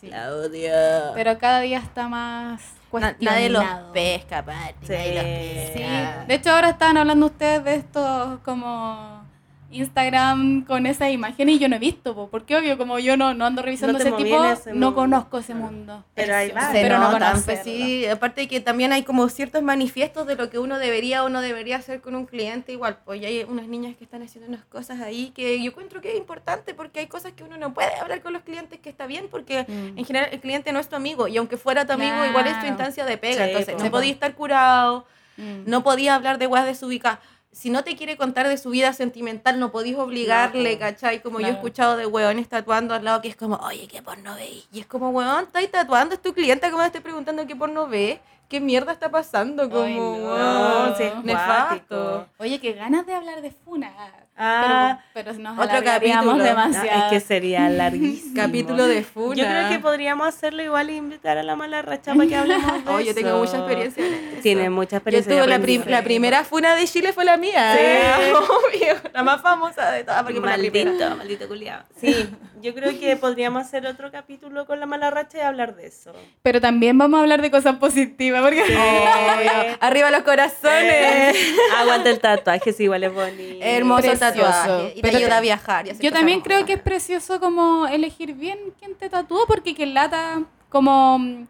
Speaker 4: Sí.
Speaker 2: La odio.
Speaker 4: Pero cada día está más
Speaker 1: Na-
Speaker 4: cuestionado.
Speaker 1: nadie los pesca, aparte, nadie
Speaker 4: Ah,
Speaker 1: los
Speaker 2: Sí.
Speaker 4: Sí.
Speaker 1: pesca.
Speaker 4: De hecho, ahora estaban hablando ustedes de estos como Instagram con esa imagen y yo no he visto, po, porque obvio, como yo no, no ando revisando
Speaker 2: No te
Speaker 4: ese
Speaker 2: moví
Speaker 4: tipo,
Speaker 2: en ese
Speaker 4: no
Speaker 2: mundo.
Speaker 4: conozco ese mundo.
Speaker 2: Pero hay
Speaker 4: Precioso,
Speaker 2: varios.
Speaker 1: Se
Speaker 4: pero no
Speaker 1: notan,
Speaker 4: conocerlo.
Speaker 1: pues sí, aparte que también hay como ciertos manifiestos de lo que uno debería o no debería hacer con un cliente igual, pues y hay unas niñas que están haciendo unas cosas ahí que yo encuentro que es importante porque hay cosas que uno no puede hablar con los clientes que está bien porque
Speaker 4: Mm.
Speaker 1: en general el cliente no es tu amigo y aunque fuera tu amigo igual es tu
Speaker 4: Claro.
Speaker 1: instancia de pega,
Speaker 2: Sí,
Speaker 1: entonces
Speaker 2: po.
Speaker 1: no
Speaker 2: Sí, pues. po.
Speaker 1: podía estar curado,
Speaker 4: Mm.
Speaker 1: no podía hablar de weas desubicadas. Si no te quiere contar de su vida sentimental, no podís obligarle,
Speaker 2: Claro.
Speaker 1: ¿cachai? Como yo he
Speaker 4: Claro.
Speaker 1: escuchado de weones tatuando al lado que es como, oye, ¿qué porno veis? Y es como, weón, estáis tatuando, es tu cliente, ¿cómo te estoy preguntando qué porno ve? ¿Qué mierda está pasando? Como,
Speaker 4: Ay, no.
Speaker 1: weón,
Speaker 2: sí, es
Speaker 1: nefasto.
Speaker 2: cuático.
Speaker 4: Oye, qué ganas de hablar de Funa.
Speaker 2: Ah,
Speaker 4: pero, pero nos
Speaker 1: otro
Speaker 4: alargaríamos
Speaker 1: capítulo. Ah,
Speaker 4: demasiado.
Speaker 2: Ah, es que sería larguísimo.
Speaker 1: Capítulo de ¿ah? funa.
Speaker 2: Yo creo que podríamos hacerlo igual e invitar a la mala racha para que hablemos de
Speaker 1: Oh, yo tengo
Speaker 2: eso.
Speaker 1: mucha experiencia. en eso.
Speaker 2: Tiene mucha
Speaker 1: Yo
Speaker 2: experiencia.
Speaker 1: tuve
Speaker 2: ya
Speaker 1: la, prim-
Speaker 2: aprendí.
Speaker 1: la primera funa de Chile fue la mía.
Speaker 2: Sí.
Speaker 1: ¿eh? Obvio, la más famosa de todas porque fue la primera.
Speaker 2: Maldito, maldito culiado. Sí, yo creo que podríamos hacer otro capítulo con la mala racha y hablar de eso.
Speaker 4: Pero también vamos a hablar de cosas positivas, porque
Speaker 2: Eh,
Speaker 1: Arriba los corazones.
Speaker 2: Aguanta el tatuaje, sí, igual es bonito.
Speaker 1: Hermoso
Speaker 4: Precioso.
Speaker 1: tatuaje. Y te
Speaker 4: Pero
Speaker 1: ayuda
Speaker 4: te-
Speaker 1: a viajar. y hacer
Speaker 4: Yo
Speaker 1: cosas
Speaker 4: también creo
Speaker 1: hermosas.
Speaker 4: que es precioso como elegir bien quién te tatúa, porque que lata como mm,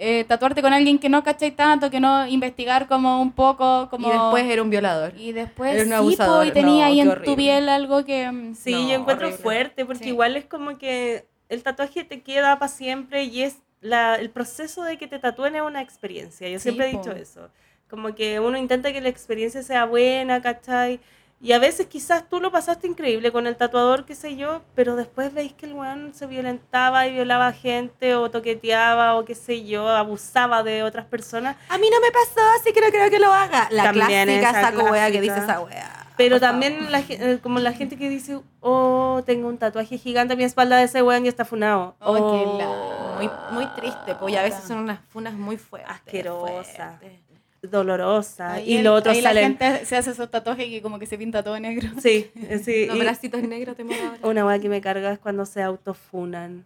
Speaker 4: eh, tatuarte con alguien que no cachai tanto, que no investigar como un poco, como...
Speaker 1: Y después era un violador.
Speaker 4: Y después
Speaker 1: era un
Speaker 4: sí,
Speaker 1: abusador.
Speaker 4: po, y tenía
Speaker 1: No,
Speaker 4: ahí
Speaker 1: qué
Speaker 4: en
Speaker 1: horrible.
Speaker 4: tu piel algo que... mm,
Speaker 2: Sí,
Speaker 1: No,
Speaker 2: yo encuentro
Speaker 1: horrible.
Speaker 2: fuerte, porque
Speaker 4: Sí.
Speaker 2: igual es como que el tatuaje te queda para siempre y es la, el proceso de que te tatúen es una experiencia. Yo
Speaker 4: Sí,
Speaker 2: siempre he
Speaker 4: po.
Speaker 2: dicho eso. Como que uno intenta que la experiencia sea buena, ¿cachai? Y a veces quizás tú lo pasaste increíble con el tatuador, qué sé yo, pero después veis que el weón se violentaba y violaba a gente o toqueteaba o qué sé yo, abusaba de otras personas.
Speaker 1: A mí no me pasó, así que no creo que lo haga. La
Speaker 2: También
Speaker 1: clásica
Speaker 2: esa
Speaker 1: saco wea que
Speaker 2: clásica.
Speaker 1: dice esa wea.
Speaker 2: Pero
Speaker 1: Por
Speaker 2: también la, gen- eh, como la gente que dice, oh, tengo un tatuaje gigante en mi espalda de ese weón y está funado.
Speaker 4: Oh, qué
Speaker 2: Oh,
Speaker 1: favor. Muy, muy triste, pues y a veces son unas funas muy fuertes.
Speaker 2: Asquerosa.
Speaker 1: fuertes. ah,
Speaker 2: dolorosa.
Speaker 4: ahí
Speaker 2: y
Speaker 4: el-
Speaker 2: lo otro
Speaker 4: ahí
Speaker 2: sale.
Speaker 4: la gente se hace esos tatuajes que como que se pinta todo negro.
Speaker 2: Sí, eh, sí.
Speaker 1: Los
Speaker 2: y
Speaker 1: bracitos negros te muevo ahora.
Speaker 2: una weá que me carga es cuando se autofunan.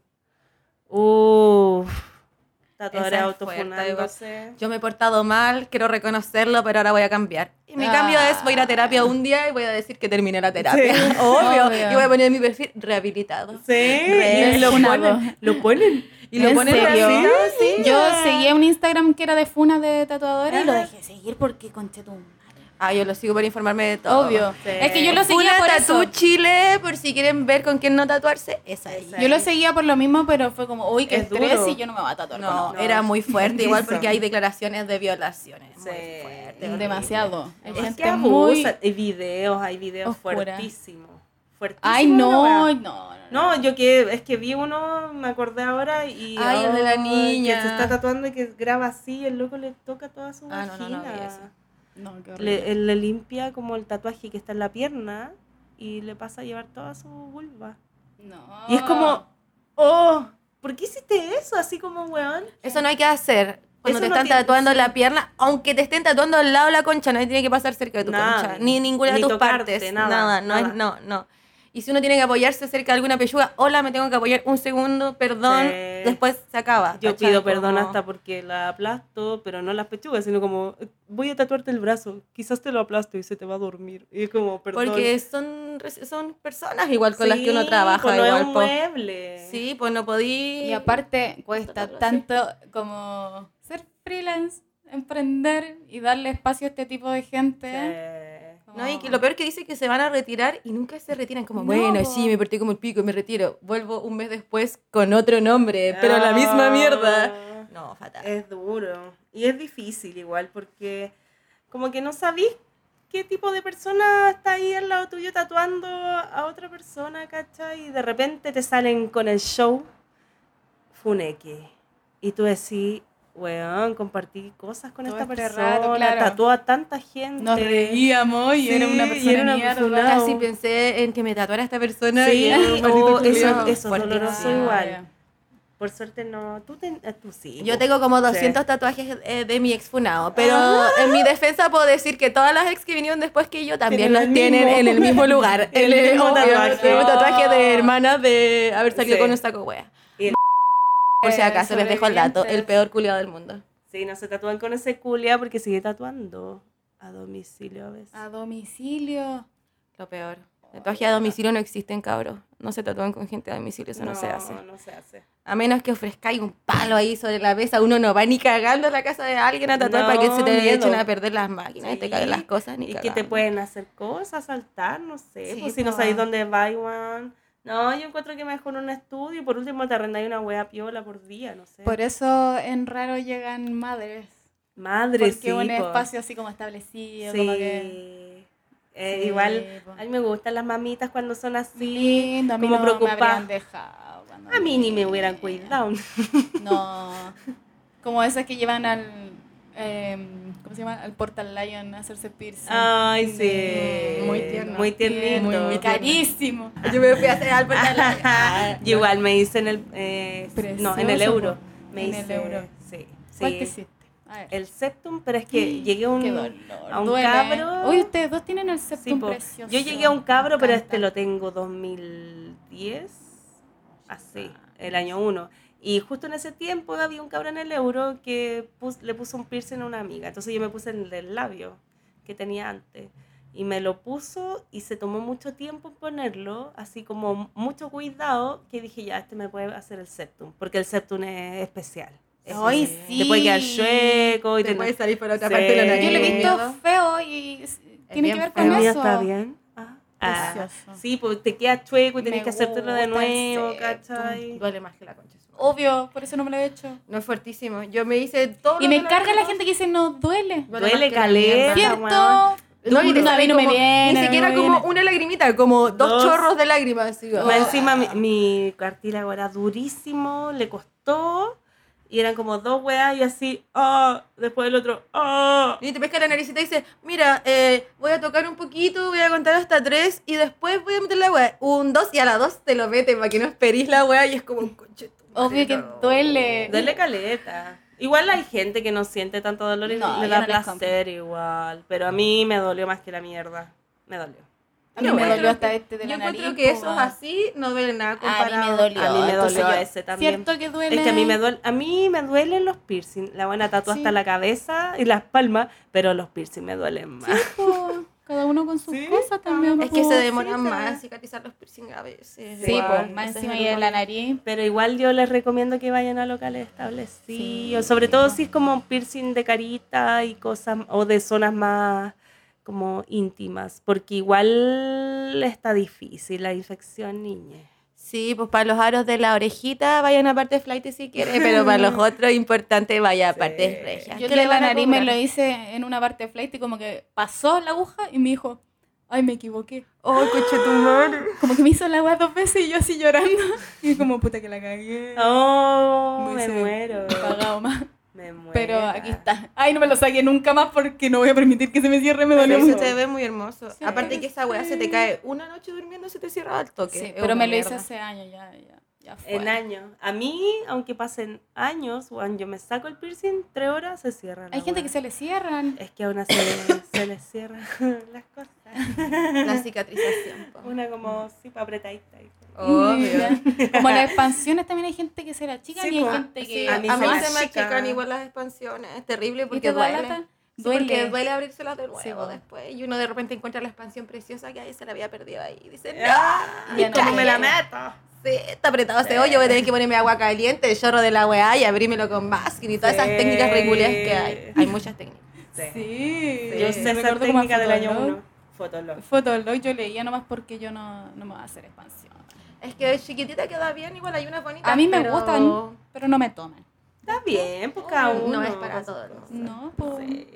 Speaker 2: Uff. ahora
Speaker 1: Esa es fuerte,
Speaker 2: autofunándose.
Speaker 1: Yo me he portado mal, quiero reconocerlo, pero ahora voy a cambiar. Y mi cambio
Speaker 4: Ah.
Speaker 1: es, voy a ir a terapia un día y voy a decir que terminé la terapia.
Speaker 2: Sí.
Speaker 1: Obvio.
Speaker 4: Obvio.
Speaker 1: Y voy a poner en mi perfil rehabilitado.
Speaker 2: Sí, y
Speaker 4: Re
Speaker 2: lo
Speaker 4: funado.
Speaker 2: ponen, lo ponen.
Speaker 1: Y lo
Speaker 4: ¿En
Speaker 1: ponen
Speaker 4: serio?
Speaker 1: así, ¿no? Sí.
Speaker 4: Yo seguía un Instagram que era de funa de tatuadora y lo dejé de seguir porque conché tu
Speaker 1: Ah, yo lo sigo para informarme de Ah, todo. Eh,
Speaker 4: Obvio.
Speaker 2: Sí.
Speaker 4: Es que yo lo seguía
Speaker 1: Una
Speaker 4: por
Speaker 1: Tatú
Speaker 4: eso.
Speaker 1: Chile, por si quieren ver con quién no tatuarse, es ahí.
Speaker 2: Esa.
Speaker 4: Yo lo seguía por lo mismo, pero fue como, uy, qué
Speaker 2: Es
Speaker 4: estrés
Speaker 2: duro.
Speaker 4: y yo no me voy a tatuar.
Speaker 1: No,
Speaker 4: con
Speaker 2: No.
Speaker 1: era muy fuerte, igual
Speaker 2: Eso.
Speaker 1: porque hay declaraciones de violaciones. Muy
Speaker 2: Sí.
Speaker 1: fuerte,
Speaker 4: nada.
Speaker 1: horrible.
Speaker 4: Demasiado. Hay
Speaker 2: Es
Speaker 4: gente
Speaker 2: que
Speaker 4: muy...
Speaker 2: abusan. Hay videos, hay videos
Speaker 4: oscura.
Speaker 2: fuertísimos. Fuertísimos.
Speaker 4: Ay,
Speaker 2: la
Speaker 4: no,
Speaker 2: wea.
Speaker 4: no, no. no.
Speaker 2: No, yo que es que vi uno, me acordé ahora y.
Speaker 1: Ay, el de la
Speaker 2: ay,
Speaker 1: niña.
Speaker 2: Que se está tatuando y que graba así, y el loco le toca toda su
Speaker 1: Ah,
Speaker 2: vagina.
Speaker 1: no, no, no, vi eso.
Speaker 4: No, qué horrible.
Speaker 2: le, él le limpia como el tatuaje que está en la pierna y le pasa a llevar toda su vulva.
Speaker 4: No.
Speaker 2: Y es como, oh, ¿por qué hiciste eso? Así como, weón.
Speaker 1: Eso no hay que hacer. Cuando
Speaker 2: Eso
Speaker 1: te
Speaker 2: no
Speaker 1: están
Speaker 2: tiene-
Speaker 1: tatuando la pierna, aunque te estén tatuando al lado de la concha, no tiene que pasar cerca de tu
Speaker 2: Nada.
Speaker 1: concha, ni ninguna de
Speaker 2: Ni
Speaker 1: tus
Speaker 2: tocarte,
Speaker 1: partes, nada,
Speaker 2: nada,
Speaker 1: no es,
Speaker 2: nada.
Speaker 1: no, no. Y si uno tiene que apoyarse cerca de alguna pechuga, hola, me tengo que apoyar un segundo, perdón,
Speaker 2: Sí.
Speaker 1: después se acaba.
Speaker 2: Yo
Speaker 1: ¿cachai?
Speaker 2: pido perdón
Speaker 1: Como-
Speaker 2: hasta porque la aplasto, pero no las pechugas, sino como, voy a tatuarte el brazo, quizás te lo aplasto y se te va a dormir. Y es como, perdón.
Speaker 1: Porque son, res- son personas igual con las que uno
Speaker 2: Sí,
Speaker 1: trabaja,
Speaker 2: pues no
Speaker 1: igual.
Speaker 2: es un
Speaker 1: po.
Speaker 2: mueble.
Speaker 1: Sí, pues no podí.
Speaker 4: Y aparte cuesta
Speaker 1: Tatuarse.
Speaker 4: tanto como ser freelance, emprender y darle espacio a este tipo de
Speaker 2: Sí.
Speaker 4: gente.
Speaker 1: No, y que
Speaker 4: Como-
Speaker 1: lo peor que dice que se van a retirar y nunca se retiran. Como,
Speaker 4: No,
Speaker 1: bueno,
Speaker 4: po.
Speaker 1: sí, me partí como el pico y me retiro. Vuelvo un mes después con otro nombre, pero la misma
Speaker 2: Ah,
Speaker 1: mierda. No, fatal.
Speaker 2: Es duro. Y es difícil igual, porque como que no sabís qué tipo de persona está ahí al lado tuyo tatuando a otra persona, ¿cachai? Y de repente te salen con el show Funeki. Y tú decís, weón, compartí cosas con
Speaker 4: Todo
Speaker 2: esta
Speaker 4: este
Speaker 2: persona,
Speaker 4: rato, claro.
Speaker 2: tatuó a tanta gente.
Speaker 4: Nos reíamos y era
Speaker 2: Sí,
Speaker 4: una
Speaker 2: y
Speaker 4: persona
Speaker 2: era una
Speaker 4: mierda.
Speaker 2: persona-
Speaker 1: Casi pensé en que me tatuara esta persona.
Speaker 2: Sí,
Speaker 1: y
Speaker 2: oh,
Speaker 1: maldito
Speaker 2: eso-
Speaker 1: culiao.
Speaker 2: eso es
Speaker 1: Fuertísimo.
Speaker 2: doloroso igual. Por suerte no. Tú, ten- eh, tú sí.
Speaker 1: Yo
Speaker 2: po.
Speaker 1: tengo como
Speaker 2: Sí. Ah.
Speaker 1: 200 tatuajes eh, de mi ex funado, pero en mi defensa puedo decir que todas las ex que vinieron después que yo también
Speaker 2: Tienen
Speaker 1: los
Speaker 2: el
Speaker 1: tienen
Speaker 2: mismo.
Speaker 1: en el mismo lugar.
Speaker 2: El mismo
Speaker 1: obvio,
Speaker 2: tatuaje. Ah.
Speaker 1: tengo un tatuaje de hermanas de haber salido
Speaker 2: Sí.
Speaker 1: con un saco wea.
Speaker 2: Y el-
Speaker 1: Por si acaso, les dejo el dato, el
Speaker 4: Sobrevivientes.
Speaker 1: peor culiado del mundo.
Speaker 2: Sí, no se tatúan con ese culia porque sigue tatuando a domicilio a veces.
Speaker 1: Ah,
Speaker 4: A domicilio.
Speaker 1: Lo peor. Tatuaje a domicilio no existen, cabros. No se tatúan con gente a domicilio, eso no, se hace.
Speaker 2: No se hace.
Speaker 1: A menos que ofrezcáis un palo ahí sobre la mesa, uno no va ni cagando a la casa de alguien a tatuar
Speaker 2: No,
Speaker 1: para que se te
Speaker 2: miedo.
Speaker 1: echen a perder las máquinas y te
Speaker 2: Sí.
Speaker 1: caguen las cosas. Ni
Speaker 2: Y que te
Speaker 1: cagando.
Speaker 2: pueden hacer cosas, saltar, no sé.
Speaker 1: Sí,
Speaker 2: pues si no
Speaker 1: po.
Speaker 2: sabes dónde va, Iwan. No, yo encuentro que mejor un estudio y por último te arrendáis una wea piola por día, no sé.
Speaker 4: Por e- eso en raro llegan madres.
Speaker 2: Madre,
Speaker 4: Porque
Speaker 2: sí.
Speaker 4: un
Speaker 2: po.
Speaker 4: espacio así como establecido,
Speaker 2: Sí.
Speaker 4: como que...
Speaker 2: Eh,
Speaker 4: Sí,
Speaker 2: igual,
Speaker 4: po.
Speaker 2: a mí me gustan las mamitas cuando son así.
Speaker 4: Lindo, a mí
Speaker 2: como
Speaker 4: no
Speaker 2: preocupa-
Speaker 4: me habrían dejado. cuando
Speaker 2: A mí ni me
Speaker 4: niña.
Speaker 2: hubieran cuidado.
Speaker 4: No. Como esas que llevan al. em, ¿Cómo se llama? Al Portal Lion a hacerse piercing.
Speaker 2: Ay, sí.
Speaker 4: Mm, muy tierno.
Speaker 2: Muy tiernito.
Speaker 1: Muy, muy
Speaker 4: Carísimo.
Speaker 1: Yo me fui a hacer al portal. Ah,
Speaker 2: Yo igual me hice en el. eh, no, en el
Speaker 4: Precioso,
Speaker 2: euro.
Speaker 4: po.
Speaker 2: Me
Speaker 4: En
Speaker 2: hice.
Speaker 4: el euro.
Speaker 2: Sí.
Speaker 4: ¿Cuál
Speaker 2: sí.
Speaker 4: te hiciste? A ver.
Speaker 2: El septum, pero es que llegué a un.
Speaker 4: Qué dolor.
Speaker 2: a un
Speaker 4: duele.
Speaker 2: cabro-
Speaker 4: Uy, ustedes dos tienen el
Speaker 2: Sí,
Speaker 4: septum
Speaker 2: po.
Speaker 4: precioso.
Speaker 2: Yo llegué a un cabro,
Speaker 4: Me
Speaker 2: pero
Speaker 4: encanta.
Speaker 2: este lo tengo 2010. Así,
Speaker 4: Ah,
Speaker 2: el año 1. Y justo en ese tiempo había un cabro en el euro que pus- le puso un piercing a una amiga. Entonces yo me puse en el del labio que tenía antes. Y me lo puso y se tomó mucho tiempo en ponerlo, así como mucho cuidado, que dije, ya, este me puede hacer el septum, porque el septum es especial. Es-
Speaker 4: Ay, sí.
Speaker 2: Te puede quedar chueco y
Speaker 1: Te
Speaker 2: te-
Speaker 1: puedes salir por otra
Speaker 2: Sí.
Speaker 1: parte de la nariz.
Speaker 4: Yo lo he visto
Speaker 1: Miedo.
Speaker 4: feo y s- tiene
Speaker 1: bien
Speaker 4: que ver
Speaker 1: feo.
Speaker 4: con
Speaker 7: El mío
Speaker 4: eso.
Speaker 7: está bien.
Speaker 2: Ah, ah.
Speaker 4: Precioso.
Speaker 2: Sí, porque te queda chueco y
Speaker 4: Me
Speaker 2: tenés que hacértelo de
Speaker 4: gusta el
Speaker 2: nuevo,
Speaker 4: septum.
Speaker 2: ¿cachai?
Speaker 1: Duele más que la concha. de su madre.
Speaker 4: Obvio, por eso no me lo he hecho.
Speaker 1: Oh, No es fuertísimo. Yo me hice todo.
Speaker 4: Y
Speaker 1: lo
Speaker 4: me
Speaker 1: que
Speaker 4: encarga la
Speaker 1: conozco.
Speaker 4: gente que dice no duele.
Speaker 1: Duele
Speaker 2: Duele
Speaker 1: más que la
Speaker 2: caleta.
Speaker 1: mierda.
Speaker 2: Bien.
Speaker 4: ¿Cierto?
Speaker 1: No, y te
Speaker 4: No, a mí
Speaker 1: salen
Speaker 4: no me
Speaker 1: como-
Speaker 4: viene,
Speaker 1: Ni
Speaker 4: no
Speaker 1: siquiera
Speaker 4: me
Speaker 1: como
Speaker 4: viene.
Speaker 1: una lagrimita, como dos,
Speaker 2: Dos.
Speaker 1: chorros de lágrimas. así, como-
Speaker 2: Más encima mi, mi cartílago era durísimo, le costó y eran como dos weas y así, ah, después el otro, ah.
Speaker 1: Y te pesca la naricita y dice, mira, eh, voy a tocar un poquito, voy a contar hasta tres y después voy a meter la weá. Un, dos y a la dos te lo meten para que no esperís la weá y es como un coche. tu madre,
Speaker 4: Obvio que
Speaker 1: no.
Speaker 4: duele.
Speaker 2: Dale caleta. Igual hay gente que no siente tanto dolor y
Speaker 4: No,
Speaker 2: le
Speaker 4: yo
Speaker 2: da
Speaker 4: no les
Speaker 2: placer igual, pero a mí me dolió más que la mierda. Me dolió.
Speaker 4: A mí
Speaker 1: Yo
Speaker 4: me
Speaker 1: encuentro
Speaker 4: dolió hasta
Speaker 1: que-
Speaker 4: este de la
Speaker 1: Yo encuentro
Speaker 4: nariz,
Speaker 1: que
Speaker 4: po,
Speaker 1: esos
Speaker 4: weón.
Speaker 1: así no ven nada
Speaker 4: A mí me
Speaker 1: comparado.
Speaker 4: dolió.
Speaker 2: A mí me
Speaker 4: entonces
Speaker 2: dolió
Speaker 4: yo-
Speaker 2: ese también.
Speaker 4: ¿Cierto que duele?
Speaker 2: Es que a mí me duele, a mí me duelen los piercings. La buena tatúa
Speaker 4: Sí.
Speaker 2: hasta la cabeza y las palmas, pero los piercings me duelen más.
Speaker 4: po. Cada uno con sus
Speaker 2: Sí.
Speaker 4: cosas también.
Speaker 1: Es
Speaker 4: po.
Speaker 1: que se demoran más en cicatrizar los piercing a veces.
Speaker 4: Sí,
Speaker 1: Igual,
Speaker 4: pues, más
Speaker 1: ese es
Speaker 4: encima
Speaker 1: el
Speaker 4: y en la
Speaker 1: problema.
Speaker 4: nariz.
Speaker 2: Pero igual yo les recomiendo que vayan a locales establecidos, sobre todo si es como piercing de carita y cosas o de zonas más como íntimas, porque igual está difícil la infección, niña.
Speaker 1: Sí, pues para los aros de la orejita vayan a parte flight si quiere, pero para los otros importante vaya a partes regias.
Speaker 4: Yo
Speaker 1: ¿Qué
Speaker 4: el de
Speaker 1: le
Speaker 4: la
Speaker 1: van a
Speaker 4: nariz me
Speaker 1: cobrar?
Speaker 4: lo hice en una parte flight y como que pasó la aguja y me dijo, ay, me equivoqué.
Speaker 1: Oh, coche tu madre.
Speaker 4: Como que me hizo la weá dos veces y yo así llorando. Y como, puta que la cagué.
Speaker 1: Ah,
Speaker 2: Oh,
Speaker 4: Me
Speaker 2: me,
Speaker 4: hice
Speaker 2: muero.
Speaker 4: Cagado más.
Speaker 2: Me muero.
Speaker 4: Pero aquí está. Ay, no me lo saqué nunca más porque no voy a permitir que se me cierre, me dolió
Speaker 1: Pero
Speaker 4: mucho.
Speaker 1: se te ve muy hermoso.
Speaker 4: Sí,
Speaker 1: Aparte que esa weá se te cae una noche durmiendo se te cierra al toque.
Speaker 4: Sí,
Speaker 1: Es
Speaker 4: pero
Speaker 1: una
Speaker 4: me lo hice
Speaker 1: mierda.
Speaker 4: hace años, ya, ya, ya fue.
Speaker 2: En años. A mí, aunque pasen años, cuando yo me saco el piercing, tres horas se cierra. la
Speaker 4: Hay gente
Speaker 2: wea.
Speaker 4: que se le cierran.
Speaker 2: Es que a una se, se les cierran las cosas.
Speaker 1: La cicatrización. po.
Speaker 2: Una como, sí, pa' apretadita. ahí.
Speaker 1: Obvio.
Speaker 4: Ya. Como las expansiones también hay gente que se la chica
Speaker 2: Sí,
Speaker 4: y hay
Speaker 2: pues,
Speaker 4: gente que...
Speaker 1: Sí,
Speaker 2: a
Speaker 1: a
Speaker 2: mí
Speaker 1: mí,
Speaker 2: se me
Speaker 1: se me
Speaker 2: achican.
Speaker 1: achican igual las expansiones. Es terrible
Speaker 4: ¿Y
Speaker 1: porque
Speaker 4: te da
Speaker 1: duele.
Speaker 4: lata?
Speaker 1: Sí,
Speaker 4: Duele.
Speaker 1: Porque duele abrírselas de nuevo
Speaker 4: Sí, po.
Speaker 1: después. Y uno de repente encuentra la expansión preciosa que ahí se la había perdido ahí. Y dice, ¡No!
Speaker 4: Ya no
Speaker 2: ¿Cómo me la
Speaker 4: duele.
Speaker 2: meto?
Speaker 1: Sí, está apretado ese hoyo, voy a tener que ponerme agua caliente, el chorro de la weá y abrímelo con más y todas
Speaker 2: Sí.
Speaker 1: esas técnicas regulares que hay. Hay muchas técnicas.
Speaker 4: Sí.
Speaker 2: Yo sé esa
Speaker 4: recuerdo como a
Speaker 2: técnica del año
Speaker 4: Fotolog.
Speaker 2: 1. Fotolog.
Speaker 4: Fotolog yo leía nomás porque yo no, no me voy a hacer expansión.
Speaker 1: Es que chiquitita queda bien, igual hay unas bonitas.
Speaker 4: A mí me
Speaker 1: pero-
Speaker 4: gustan, pero no me toman.
Speaker 2: Está bien, pues cada uno.
Speaker 1: No es para todo el mundo.
Speaker 4: No, pues,
Speaker 2: Sí.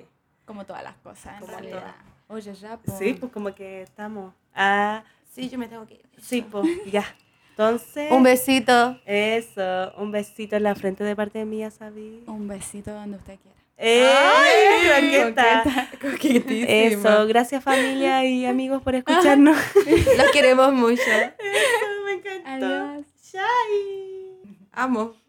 Speaker 4: como todas las cosas, en
Speaker 2: Como
Speaker 4: realidad. Oye, ya, pues.
Speaker 2: Sí, pues como que estamos. Ah,
Speaker 1: Sí, yo me tengo que ir.
Speaker 2: sí, pues ya. Entonces,
Speaker 1: Un besito.
Speaker 2: eso, un besito en la frente de parte mía, Sabi.
Speaker 4: Un besito donde usted quiera.
Speaker 2: ¡Eh! Croqueta.
Speaker 1: Coquetísimo.
Speaker 2: Eso, gracias familia y amigos por escucharnos.
Speaker 1: Los queremos mucho.
Speaker 2: me encantó.
Speaker 4: Adiós.
Speaker 2: Chai.
Speaker 1: Amo.